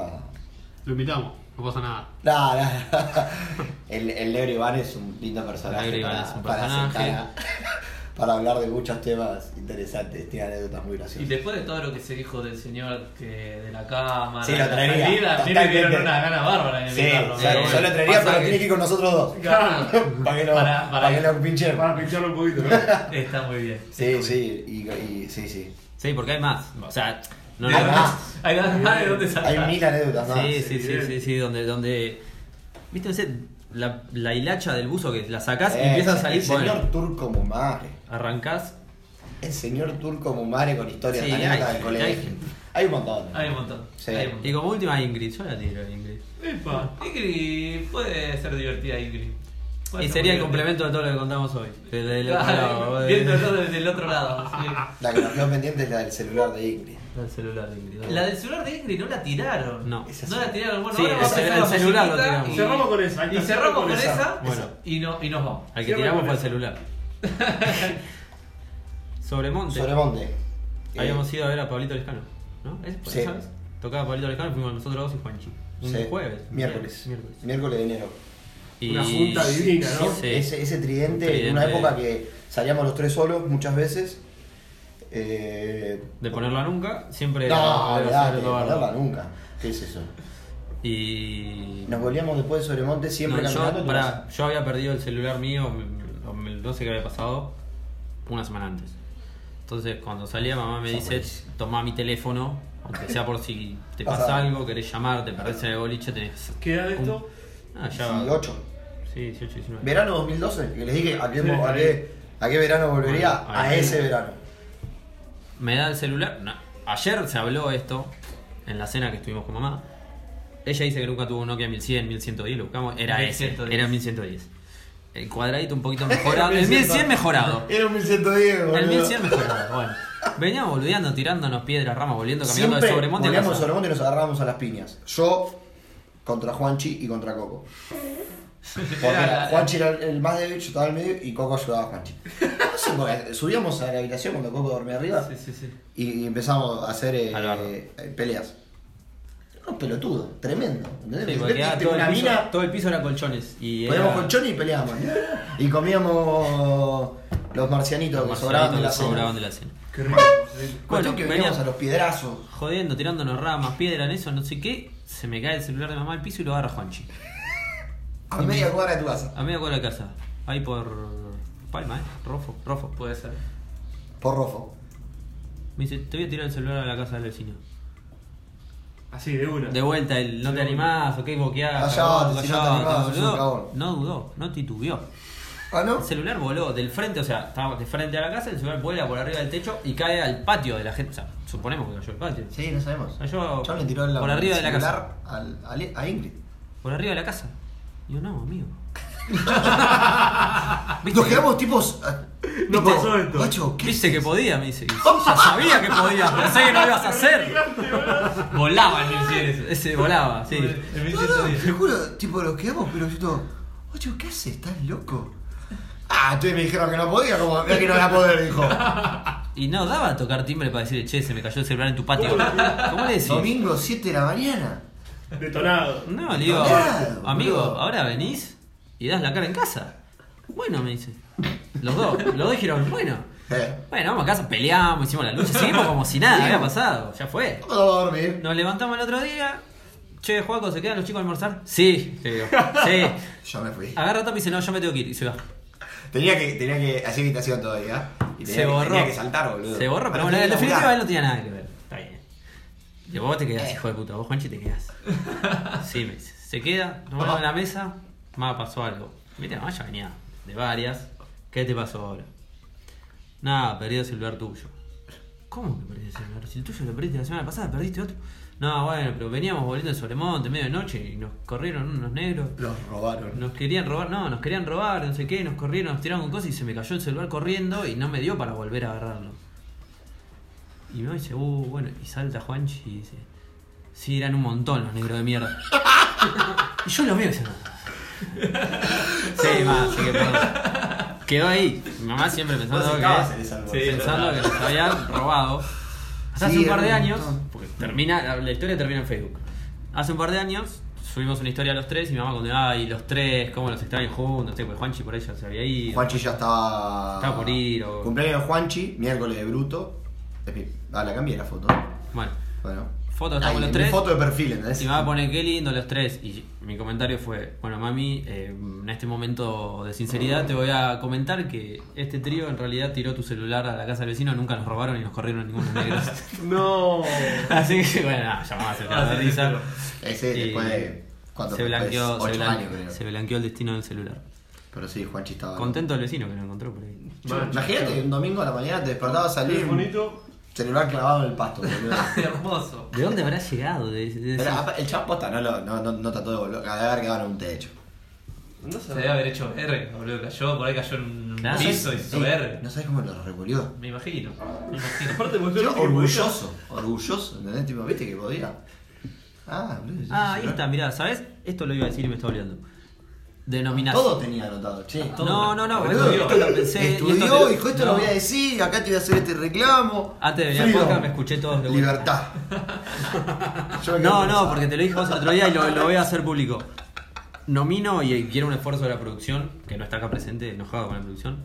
S5: Lo invitamos, no pasa nada.
S2: Nah, nah, nah. [LAUGHS] El, el Negro Iván es un lindo personaje.
S3: Negro Iván
S2: para,
S3: es un
S2: para
S3: personaje.
S2: sentar a- [LAUGHS] para hablar de muchos temas interesantes. Tiene anécdotas muy graciosas.
S6: Y después de todo lo que se dijo del señor que de la cámara,
S2: Sí,
S6: de
S2: lo
S6: la
S2: traería,
S6: salida, a mí me dieron
S2: totalmente.
S6: una gana bárbara de
S2: Sí,
S6: invitarlo.
S2: o sea, yo
S6: pero
S2: lo
S6: bueno,
S2: traería,
S6: pasa
S2: pero
S6: que
S2: tiene que ir con nosotros dos. [LAUGHS] Para que lo, para,
S6: Para- para-
S2: que lo pinchemos.
S4: Para pincharlo un poquito, ¿no?
S6: [LAUGHS] Está muy bien.
S2: Sí, sí, y, y- sí, sí.
S3: Sí, porque hay más. O sea, no
S6: Hay
S2: Hay
S3: no-
S6: [LAUGHS]
S2: más.
S6: Hay nada de dónde
S2: Hay
S6: sacar.
S2: mil anécdotas más.
S3: Sí, sí, sí,
S4: bien.
S3: sí, sí, donde, donde. ¿Viste ese- la, la hilacha del buzo que la sacás y
S2: Eh,
S3: empieza a salir?
S2: El
S3: bueno,
S2: señor Turco Mumare.
S3: arrancás
S2: El señor turco Mumare con historias
S3: Sí,
S2: tan altas
S3: hay-
S2: del colegio.
S3: hay
S2: Hay,
S3: gente.
S2: un montón.
S6: Hay un montón.
S2: Sí.
S6: Hay un montón.
S3: Y como última Ingrid, yo la tiro Ingrid.
S4: Epa.
S6: Ingrid puede ser divertida, Ingrid. Puede
S3: Y
S6: ser
S3: sería
S6: muy
S3: el
S6: divertida.
S3: complemento de todo lo que contamos hoy. Del- del otro lado,
S6: Claro,
S3: de-
S6: Viendo
S2: eh.
S6: todo desde el otro lado. sí.
S2: La que nos quedó pendiente es la del celular de Ingrid.
S3: del celular de Ingrid.
S6: La del celular de Ingrid no la tiraron.
S3: No.
S6: No la tiraron. Bueno,
S3: Sí,
S6: ahora va a
S3: el-
S6: aparecer
S3: el
S6: la
S3: celular lo
S6: musiquita
S3: tiramos.
S6: y-
S4: Cerramos con esa, ahí
S6: Y
S4: está,
S6: cerramos con
S4: con esa.
S6: esa.
S3: Bueno.
S6: Y, no, y nos vamos.
S3: Al que
S4: Cierra
S3: tiramos
S4: con
S3: fue el
S4: eso.
S3: celular. Sobre Monte.
S2: Sobre Monte. Eh,
S3: Habíamos ido a ver a Pablito Lescano, ¿no? ¿Es por
S2: Sí.
S3: esa vez? Tocaba Pablito Lescano, fuimos nosotros dos y Juanchi. Un
S2: sí,
S3: jueves.
S2: Miércoles.
S3: Miércoles.
S2: Miércoles de enero.
S4: Una junta divina, ¿no?
S3: Sí.
S2: Ese, ese tridente,
S3: Tridente.
S2: en una época que salíamos los tres solos muchas veces. Eh,
S3: De ponerla nunca, siempre
S2: No,
S3: era- era
S2: olvidate,
S3: hacer todo algo.
S2: guardarla nunca. ¿Qué es eso?
S3: Y.
S2: Nos volvíamos después de Sobremonte siempre
S3: No,
S2: caminando.
S3: yo,
S2: y
S3: pará, yo había perdido el celular mío, me- me- no sé qué había pasado, una semana antes. Entonces, cuando salía, mamá me dice: Tomá mi teléfono, aunque sea por si te
S2: Pasa
S3: pasa
S2: algo.
S3: algo, querés llamar, te perdés en el boliche, tenés.
S4: ¿Qué edad de esto?
S3: Ah, ya. va.
S2: 18.
S3: Sí, 18, 19.
S2: Verano 2012, que les dije a qué,
S4: Sí,
S2: a
S4: ahí.
S2: qué- a qué verano volvería.
S3: Bueno,
S2: a
S3: ahí.
S2: ese verano.
S3: Me da el celular. no. Ayer se habló esto en la cena que estuvimos con mamá. Ella dice que nunca tuvo un Nokia 1100, 1110, lo buscamos. Era ese,
S6: 1110.
S3: era 1110. El cuadradito
S2: [LAUGHS]
S3: un poquito mejorado. el 1100 mejorado.
S2: Era un 1110, boludo.
S3: El
S2: [LAUGHS]
S3: 1100 mejorado, bueno. Veníamos boludeando, tirándonos piedras, ramas, volviendo, caminando
S2: Siempre
S3: de Sobremonte a
S2: volvíamos de
S3: casa.
S2: Sobremonte y nos agarrábamos a las piñas. Yo contra Juanchi y contra
S3: [LAUGHS]
S2: Coco. Porque
S6: Era-
S2: Juanchi era el más débil, yo estaba al medio y Coco ayudaba a Juanchi. No sé, porque Subíamos a la habitación cuando Coco dormía arriba
S6: Sí, sí, sí.
S2: y empezamos a hacer eh,
S3: Al bardo.
S2: eh, peleas. Un pelotudo, tremendo. ¿entendés?
S3: Sí,
S2: De
S3: porque
S2: repente
S3: quedaba
S2: tengo
S3: todo, el
S2: una
S3: piso,
S2: mina,
S3: todo el piso era colchones. Y
S2: poníamos
S3: era-
S2: colchón y peleábamos. Y comíamos los marcianitos
S3: los
S2: que sobraban de la
S3: marcianitos que sobraban
S2: cena.
S3: de la cena.
S4: Qué rico.
S2: Cuestión
S3: Bueno,
S2: que
S3: venía-
S2: veníamos a los piedrazos.
S3: jodiendo, tirándonos ramas, piedra en eso, no sé qué, se me cae el celular de mamá al piso y lo agarra Juanchi.
S2: A media cuadra de tu casa.
S3: A media cuadra de casa. Ahí por Palma, eh. Rofo, Rofo.
S6: Puede ser.
S2: Por Rofo.
S3: Me dice, te voy a tirar el celular a la casa del vecino.
S4: Así, de una.
S3: De vuelta, el no te animás, ok, boqueás.
S2: Callate,
S3: cagón,
S2: si no te
S3: callate,
S2: animás, sos un
S3: boludo.
S2: cagón.
S3: No dudó, no titubeó.
S2: ¿Ah, no?
S3: El celular voló del frente, o sea, estábamos de frente a la casa, el celular vuela por arriba del techo y cae al patio de la gente. O sea, suponemos que cayó al patio.
S2: Sí, no sabemos.
S3: Cayó
S2: Chau le tiró el
S3: por arriba de la
S2: celular al- al- a Ingrid.
S3: Por arriba de la casa. Digo, no,
S6: [LAUGHS]
S3: amigo. Ah, ¿Viste
S2: Nos
S3: que-
S2: quedamos tipos.
S3: [LAUGHS]
S2: ah,
S4: No
S2: tipo,
S4: pasó esto.
S2: Guacho, ¿qué?
S3: Viste que podía, me dice. Y yo ya sabía que podía, pensé que no lo ibas a hacer. Volaba el 1100 ese. Ese volaba, sí.
S6: El
S2: No, no, te juro, tipo, nos quedamos, pero yo todo. Guacho, ¿qué haces? ¿Estás loco? Ah, entonces me dijeron que no podía, como "Mirá que no voy a poder,
S3: [LAUGHS]
S2: dijo.
S3: Y no daba tocar timbre para decirle, che, se me cayó el celular en tu patio. ¿Cómo le decís?
S2: Domingo, 7 de la mañana.
S4: [LAUGHS] Detonado.
S3: No, le digo,
S2: Claro,
S3: amigo,
S2: boludo.
S3: ahora venís y das la cara en casa. Bueno, me dice. Los dos, los dos dijeron, bueno.
S2: Eh,
S3: Bueno, vamos a casa, peleamos, hicimos la lucha, seguimos como si nada había pasado, ya fue.
S2: vamos a dormir.
S3: Nos levantamos el otro día. Che, Juaco, ¿se quedan los chicos a almorzar? Sí, le digo, sí.
S2: Yo me fui.
S3: Agarra tapa y dice, no, yo me tengo que ir. Y se va.
S2: Tenía que, tenía que hacer invitación todavía. Y tenía,
S3: se
S2: que,
S3: borró.
S2: tenía que saltar, boludo.
S3: Se borró, pero
S2: Para
S3: bueno, en
S2: tener que
S3: definitiva él no
S2: laburar.
S3: tenía nada que ver. Está bien. Y vos te quedás, hijo de puta. Vos, Juanchi, te quedás. Sí, me
S2: [LAUGHS]
S3: dice. Se queda, nos vamos a la mesa. Más pasó algo. Viste, mamá ya venía de varias. ¿Qué te pasó ahora? Nada, perdí el celular tuyo. ¿Cómo que perdí el celular? Si el tuyo lo perdiste la semana pasada, perdiste otro. No, bueno, pero veníamos volviendo de Sobremonte, medio de noche, y nos corrieron unos negros.
S2: Los robaron.
S3: Nos querían robar, no, nos querían robar, no sé qué, nos corrieron, nos tiraron con cosas y se me cayó el celular corriendo y no me dio para volver a agarrarlo. Y me dice, uh, bueno, y salta Juanchi y dice, sí, eran un montón los negros
S2: [LAUGHS]
S3: de mierda. y yo lo veo y dice, sí, más, así que perdón. Quedó ahí. Mi mamá siempre
S2: Vos
S3: pensando que,
S2: estabas en esa
S6: Sí,
S3: pensando que nos habían robado. Hasta
S2: Sí,
S3: hace un par de
S2: era un
S3: años,
S2: montón.
S3: porque termina, la- la historia termina en Facebook. Hace un par de años subimos una historia a los tres y mi mamá contó, ay, los tres, cómo los extraño juntos, no sé, porque Juanchi por ahí ya se había ido.
S2: Juanchi ya estaba.
S3: Estaba por ir o-
S2: Cumpleaños de Juanchi, miércoles de bruto. Es mi- Ah, la cambié la foto.
S3: Bueno,
S2: Bueno.
S3: Foto, estamos
S2: Ahí,
S3: los
S2: mi
S3: tres.
S2: Foto de perfil, ¿entendés?
S3: y mi mamá pone qué lindo los tres. Y mi comentario fue, bueno mami, eh, en este momento de sinceridad te voy a comentar que este trío en realidad tiró tu celular a la casa del vecino, nunca nos robaron y nos corrieron ninguno de [LAUGHS] los negros.
S4: No.
S3: Así que bueno, nada, llamaba se cagaba de risa.
S2: Ese
S3: Y
S2: después de. ¿Cuánto? Después de
S3: Se
S2: pues,
S3: blanqueó, se,
S2: ocho
S3: blan-
S2: años, creo. Ah.
S3: se blanqueó el destino del celular.
S2: Pero sí, Juanchi estaba.
S3: Contento el vecino que lo encontró por ahí.
S4: Man,
S2: Imagínate, un domingo a la mañana te despertabas a salir.
S4: bonito.
S2: Celular clavado en el pasto,
S3: [LAUGHS]
S2: boludo.
S6: Hermoso.
S3: ¿De dónde habrá llegado? De, de- de-
S2: Pero ah, apa- el chavo posta no, lo- no, no, no trató de volver, de haber quedado en un techo.
S4: No
S6: Se
S4: sé.
S6: debe haber hecho R, boludo. Cayó, por ahí cayó en un
S3: Nada,
S6: piso y se hizo
S2: Ey,
S6: R.
S2: Ah, No sabes cómo lo revolvió.
S6: Me imagino. Me imagino.
S4: Aparte, vos
S2: Yo
S4: viste que
S2: orgulloso, orgulloso, ¿entendés? Tipo, ¿viste que podía? Ah, boludo.
S3: Ah, ahí
S2: sí,
S3: está, mirá, ¿sabés? Esto lo iba a decir y me está olvidando. Denominación.
S2: Todo tenía anotado, che. Ah,
S6: todo.
S3: No, no, no,
S2: Boludo,
S3: boludo, esto lo pensé. y esto
S2: Estudió,
S3: te-
S2: dijo, esto
S3: no.
S2: lo voy a decir, acá te voy a hacer este reclamo.
S3: Antes de venir al
S2: Freedom.
S3: podcast me escuché todos de vuelta. [LAUGHS]
S2: Libertad. Yo me quedé
S3: No, no,
S2: pensando.
S3: porque te lo dije vos el otro día y lo, lo voy a hacer público. Nomino y quiero un esfuerzo de la producción, que no está acá presente, enojado con la producción.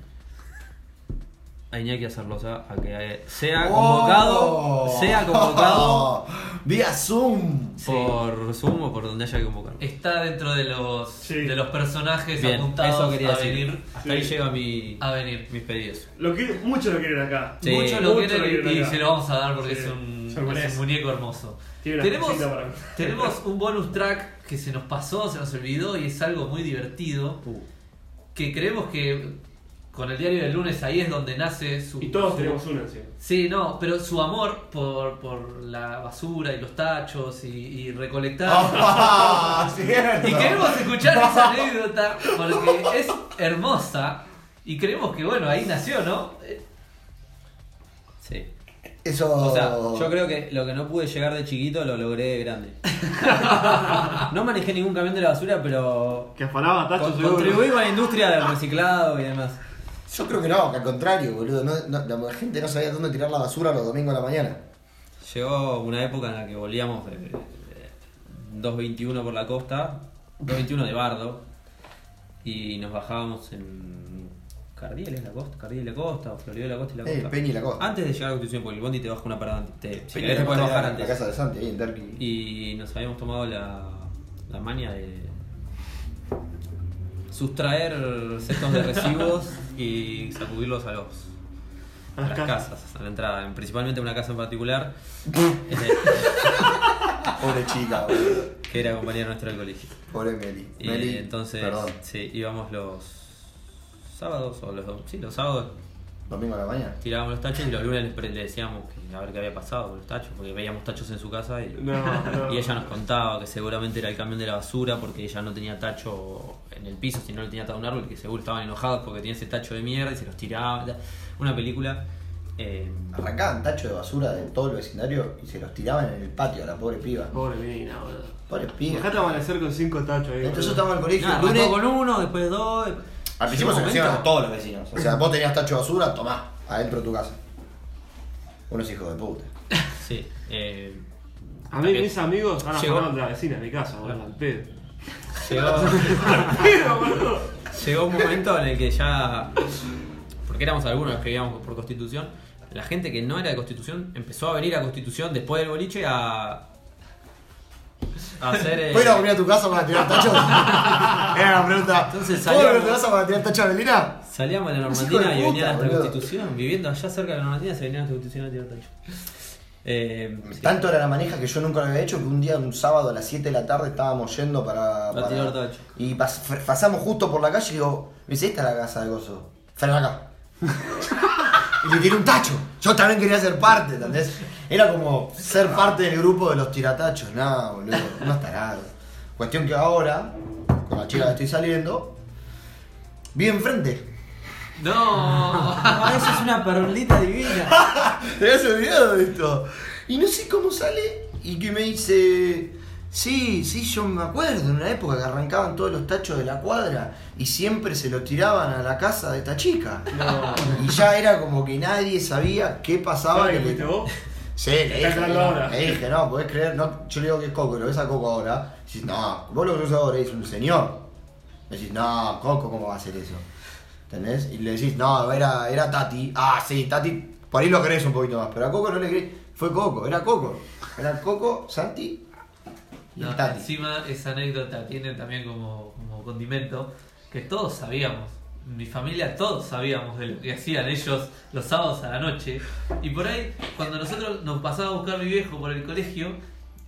S3: A Iñaki Azarlosa, a que eh, sea convocado,
S2: Oh.
S3: sea
S2: [LAUGHS]
S3: convocado
S2: Vía
S3: [LAUGHS]
S2: Zoom. [LAUGHS]
S6: Sí.
S3: por Zoom o por donde haya que convocarlo.
S6: Está dentro de los,
S4: Sí.
S6: de los personajes
S3: Bien,
S6: apuntados
S3: eso quería
S6: a
S3: decir.
S6: venir.
S3: Hasta
S4: Sí.
S3: ahí llega mi,
S6: A venir.
S3: mis pedidos.
S4: Lo quiere- muchos lo quieren acá.
S3: Sí.
S6: Muchos
S4: Mucho
S6: lo
S4: lo
S6: quieren
S4: quieren
S6: y
S4: acá.
S6: se lo vamos a dar porque
S4: Sí.
S6: es, un,
S4: Se lo
S6: es un
S4: merece.
S6: muñeco hermoso.
S4: Tiene una
S6: Tenemos,
S4: cosita para-
S6: tenemos un bonus track que se nos pasó, se nos olvidó y es algo muy divertido.
S3: Uh.
S6: Que creemos que con el diario del lunes ahí es donde nace su.
S4: Y todos
S6: su-
S4: tenemos una encima.
S6: Sí, no, pero su amor por, por la basura y los tachos y, y recolectar.
S2: Ah, sí, es
S6: Y
S2: verdad.
S6: queremos escuchar esa anécdota porque es hermosa y creemos que, bueno, ahí nació, ¿no? Eh,
S3: Sí.
S2: Eso.
S3: O sea, yo creo que lo que no pude llegar de chiquito lo logré de
S6: [LAUGHS]
S3: grande. [LAUGHS] No manejé ningún camión de la basura, pero
S4: Que afanaba tachos
S3: con-
S4: seguro.
S3: contribuí con la industria del reciclado y demás.
S2: Yo creo que no, que al contrario, boludo. No- no- la gente no sabía dónde tirar la basura los domingos a la mañana.
S3: Llegó una época en la que volvíamos de, de- de 2.21 por la costa, 2.21 de Bardo, y nos bajábamos en Cardiel, ¿es la costa? Cardiel y la costa, o Florido de la costa y la Ah,
S2: Eh,
S3: costa.
S2: Peña y la costa.
S3: Antes de llegar a la Constitución, porque el bondi te baja una parada antes. Te,
S2: Peña
S3: si querés
S2: y la
S3: te
S2: costa
S3: puedes bajar
S2: era
S3: antes.
S2: La casa de Santi, ahí en Terqui.
S3: Y nos habíamos tomado la, la maña de sustraer cestos de [LAUGHS] residuos y sacudirlos a los a las casas, a la entrada, en- principalmente una casa en particular eh,
S2: Pobre chica, boludo.
S3: que era compañera nuestra del colegio.
S2: Pobre Meli.
S3: Y
S2: Meli,
S3: entonces
S2: Perdón,
S3: sí, íbamos los sábados o los dom- sí, los sábados
S2: domingo a la mañana.
S3: tirábamos los tachos y los lunes les pre- le decíamos que a ver qué había pasado con los tachos, porque veíamos tachos en su casa y
S4: No,
S3: [LAUGHS]
S4: no.
S3: Y ella nos contaba que seguramente era el camión de la basura porque ella no tenía tacho en el piso, sino le tenía atado a un árbol, que seguro estaban enojados porque tenía ese tacho de mierda y se los tiraba. Una película. eh,
S2: Arrancaban tacho de basura de todo el vecindario y se los tiraban en el patio a la pobre piba.
S4: Pobre mina, boludo.
S2: Pobre
S4: Dejate
S2: piba.
S4: amanecer con cinco tachos ahí.
S2: Entonces yo
S4: boludo.
S2: estaba en el colegio.
S3: nada,
S2: el
S3: arrancó
S2: lunes-
S3: con uno, después dos.
S2: Al principio se lo hacían a todos los vecinos. O sea, vos tenías tacho de basura, tomá, adentro de tu casa. Unos hijos de puta.
S3: Sí. eh,
S4: A mí
S3: que
S4: mis amigos van a
S3: Llegó.
S4: afanar de la vecina de mi casa, boludo. Al pedo.
S2: [LAUGHS]
S3: [LAUGHS] llegó-
S4: Pero, boludo.
S3: Llegó un momento en el que ya. Porque éramos algunos los que vivíamos por Constitución. La gente que no era de Constitución empezó a venir a Constitución después del boliche a. a hacer. eh,
S2: ¿Puedo ir a volver a tu casa para tirar tachos? [LAUGHS] Era la pregunta.
S3: Entonces
S2: ¿Puedo ir a
S3: salíamos-
S2: tu casa para tirar tachos de Melina?
S3: Salíamos de la
S2: Los hijos de
S3: Normandina y
S2: puta,
S3: venían hasta
S2: boludo.
S3: Constitución. Viviendo allá cerca de la Normandina, se venían hasta Constitución a tirar tacho. Eh, sí.
S2: Tanto era la maneja que yo nunca lo había hecho que un día, un sábado a las 7 de la tarde, estábamos yendo para.
S3: A
S2: para-
S3: tirar tacho.
S2: Y pas- fre- pasamos justo por la calle y digo, me dice, esta es la casa de Gozo. Frena [LAUGHS] acá. y le tiré un tacho. Yo también quería ser parte, ¿entendés? Era como ser parte del grupo de los tiratachos. Nada, boludo, no está nada. Cuestión que ahora, con la chica que estoy saliendo, vi enfrente.
S6: ¡No!
S3: Ah, eso es una perlita divina.
S2: Te el video de esto. Y no sé cómo sale. Y que me dice. Sí, sí, yo me acuerdo en una época que arrancaban todos los tachos de la cuadra y siempre se los tiraban a la casa de esta chica. Y ya era como que nadie sabía qué pasaba. que
S4: ¿Sabes que
S2: le-
S4: fuiste vos?
S2: Sí, le
S4: Está
S2: dije,
S4: claro ahora.
S2: le dije, no, podés creer, no, yo le digo que es Coco, lo ves a Coco ahora. Dices, no, vos lo que sos ahora es un señor. Le decís, no, Coco, ¿cómo va a hacer eso? ¿Entendés? Y le decís, no, era, era Tati. Ah, sí, Tati, por ahí lo crees un poquito más, pero a Coco no le crees. Fue Coco, era Coco. Era Coco, Santi y
S6: No,
S2: Tati.
S6: encima esa anécdota tiene también como, como condimento que todos sabíamos, mi familia todos sabíamos de lo que hacían ellos los sábados a la noche y por ahí cuando nosotros nos pasaba a buscar mi viejo por el colegio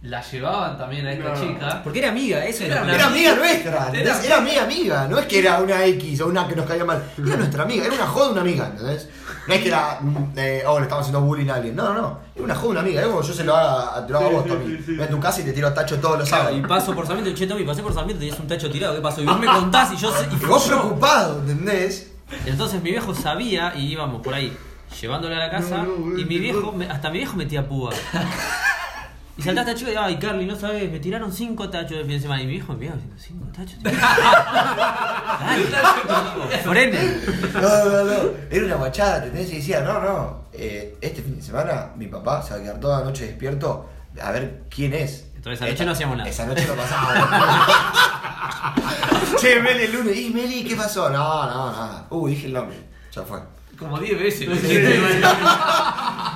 S6: la llevaban también a esta
S4: No.
S6: chica.
S3: Porque era amiga, eso era,
S6: Era
S3: una-
S2: Era amiga nuestra,
S6: Era-
S2: ¿entendés? era amiga amiga, no es que era una X o una que nos caía mal, era nuestra amiga, era una joda de una amiga, ¿entendés? No es que era, mm, eh, oh, le estamos haciendo bullying a alguien, no, no, no, era una joda de una amiga, es como yo se lo haga, te lo hago a
S4: Sí,
S2: vos,
S4: sí,
S2: Tommy,
S4: sí, sí.
S2: Ve a tu casa y te tiro a tacho todos los
S3: Claro, y
S2: sábados.
S3: paso por Sarmiento, che Tommy, pasé por Sarmiento y tenías un tacho tirado, ¿qué pasó? Y vos me contás y yo sé. Y
S2: Y vos
S3: yo-
S2: preocupado, ¿entendés?
S3: Entonces mi viejo sabía y íbamos por ahí llevándola a la casa
S4: No, no, boludo,
S3: y mi
S4: te-
S3: viejo, me- hasta mi viejo metía púa. Y saltaste a chico y ay Carly, no sabes, me tiraron cinco tachos de fin de semana. Y mi viejo me miraba diciendo, cinco
S4: [LAUGHS]
S3: tachos. tío?". Dale, frenen.
S2: No, no, no, era una guachada, ¿entendés? Y decía, no, no, eh, este fin de semana mi papá se va a quedar toda la noche despierto a ver quién es.
S3: Entonces, esa noche no hacíamos nada.
S2: Esa noche no
S3: [LAUGHS]
S2: pasaba. che, Meli, el lunes. ¿Y Meli qué pasó? No, no, nada. Uh, dije el nombre. Ya fue.
S6: Como 10 veces.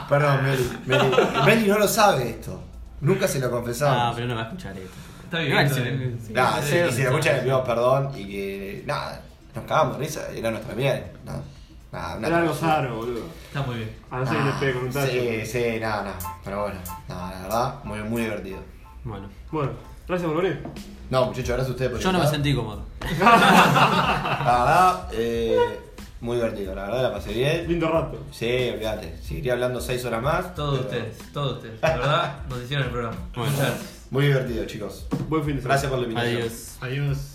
S2: Perdón, Meli. Meli, Meli no lo sabe esto. Nunca se lo
S3: Ah,
S2: confesamos.
S3: pero no me va a escuchar esto.
S6: Está bien,
S3: Igual
S6: está
S3: se-
S6: bien.
S3: sí.
S2: Nah,
S6: sí,
S2: sí,
S6: sí,
S2: si lo escuchan, le pedimos perdón y que. Nada, nos cagamos de risa. Era nuestra amiga. Nada, nada. una-
S4: Era algo sano, boludo.
S6: Está muy bien.
S4: A no ser que le pegue con un
S2: Ah,
S4: tacho.
S2: Sí, sí, nada, nada. Pero bueno, nada, la verdad, muy, muy divertido.
S3: Bueno,
S4: Bueno, gracias por venir.
S2: pues, No, muchachos, gracias a ustedes por
S3: yo no me
S2: invitar.
S3: sentí cómodo.
S2: La verdad, eh, muy divertido. La verdad, la pasé bien.
S4: Lindo rato.
S2: Sí, olvídate. Seguiría hablando 6 horas más.
S6: Todos
S2: pero
S6: ustedes, todos ustedes. La verdad, nos hicieron el programa.
S3: Bueno.
S6: Muchas gracias.
S2: Muy divertido, chicos.
S4: Buen fin de semana.
S2: Gracias por la invitación.
S3: Adiós.
S7: Adiós.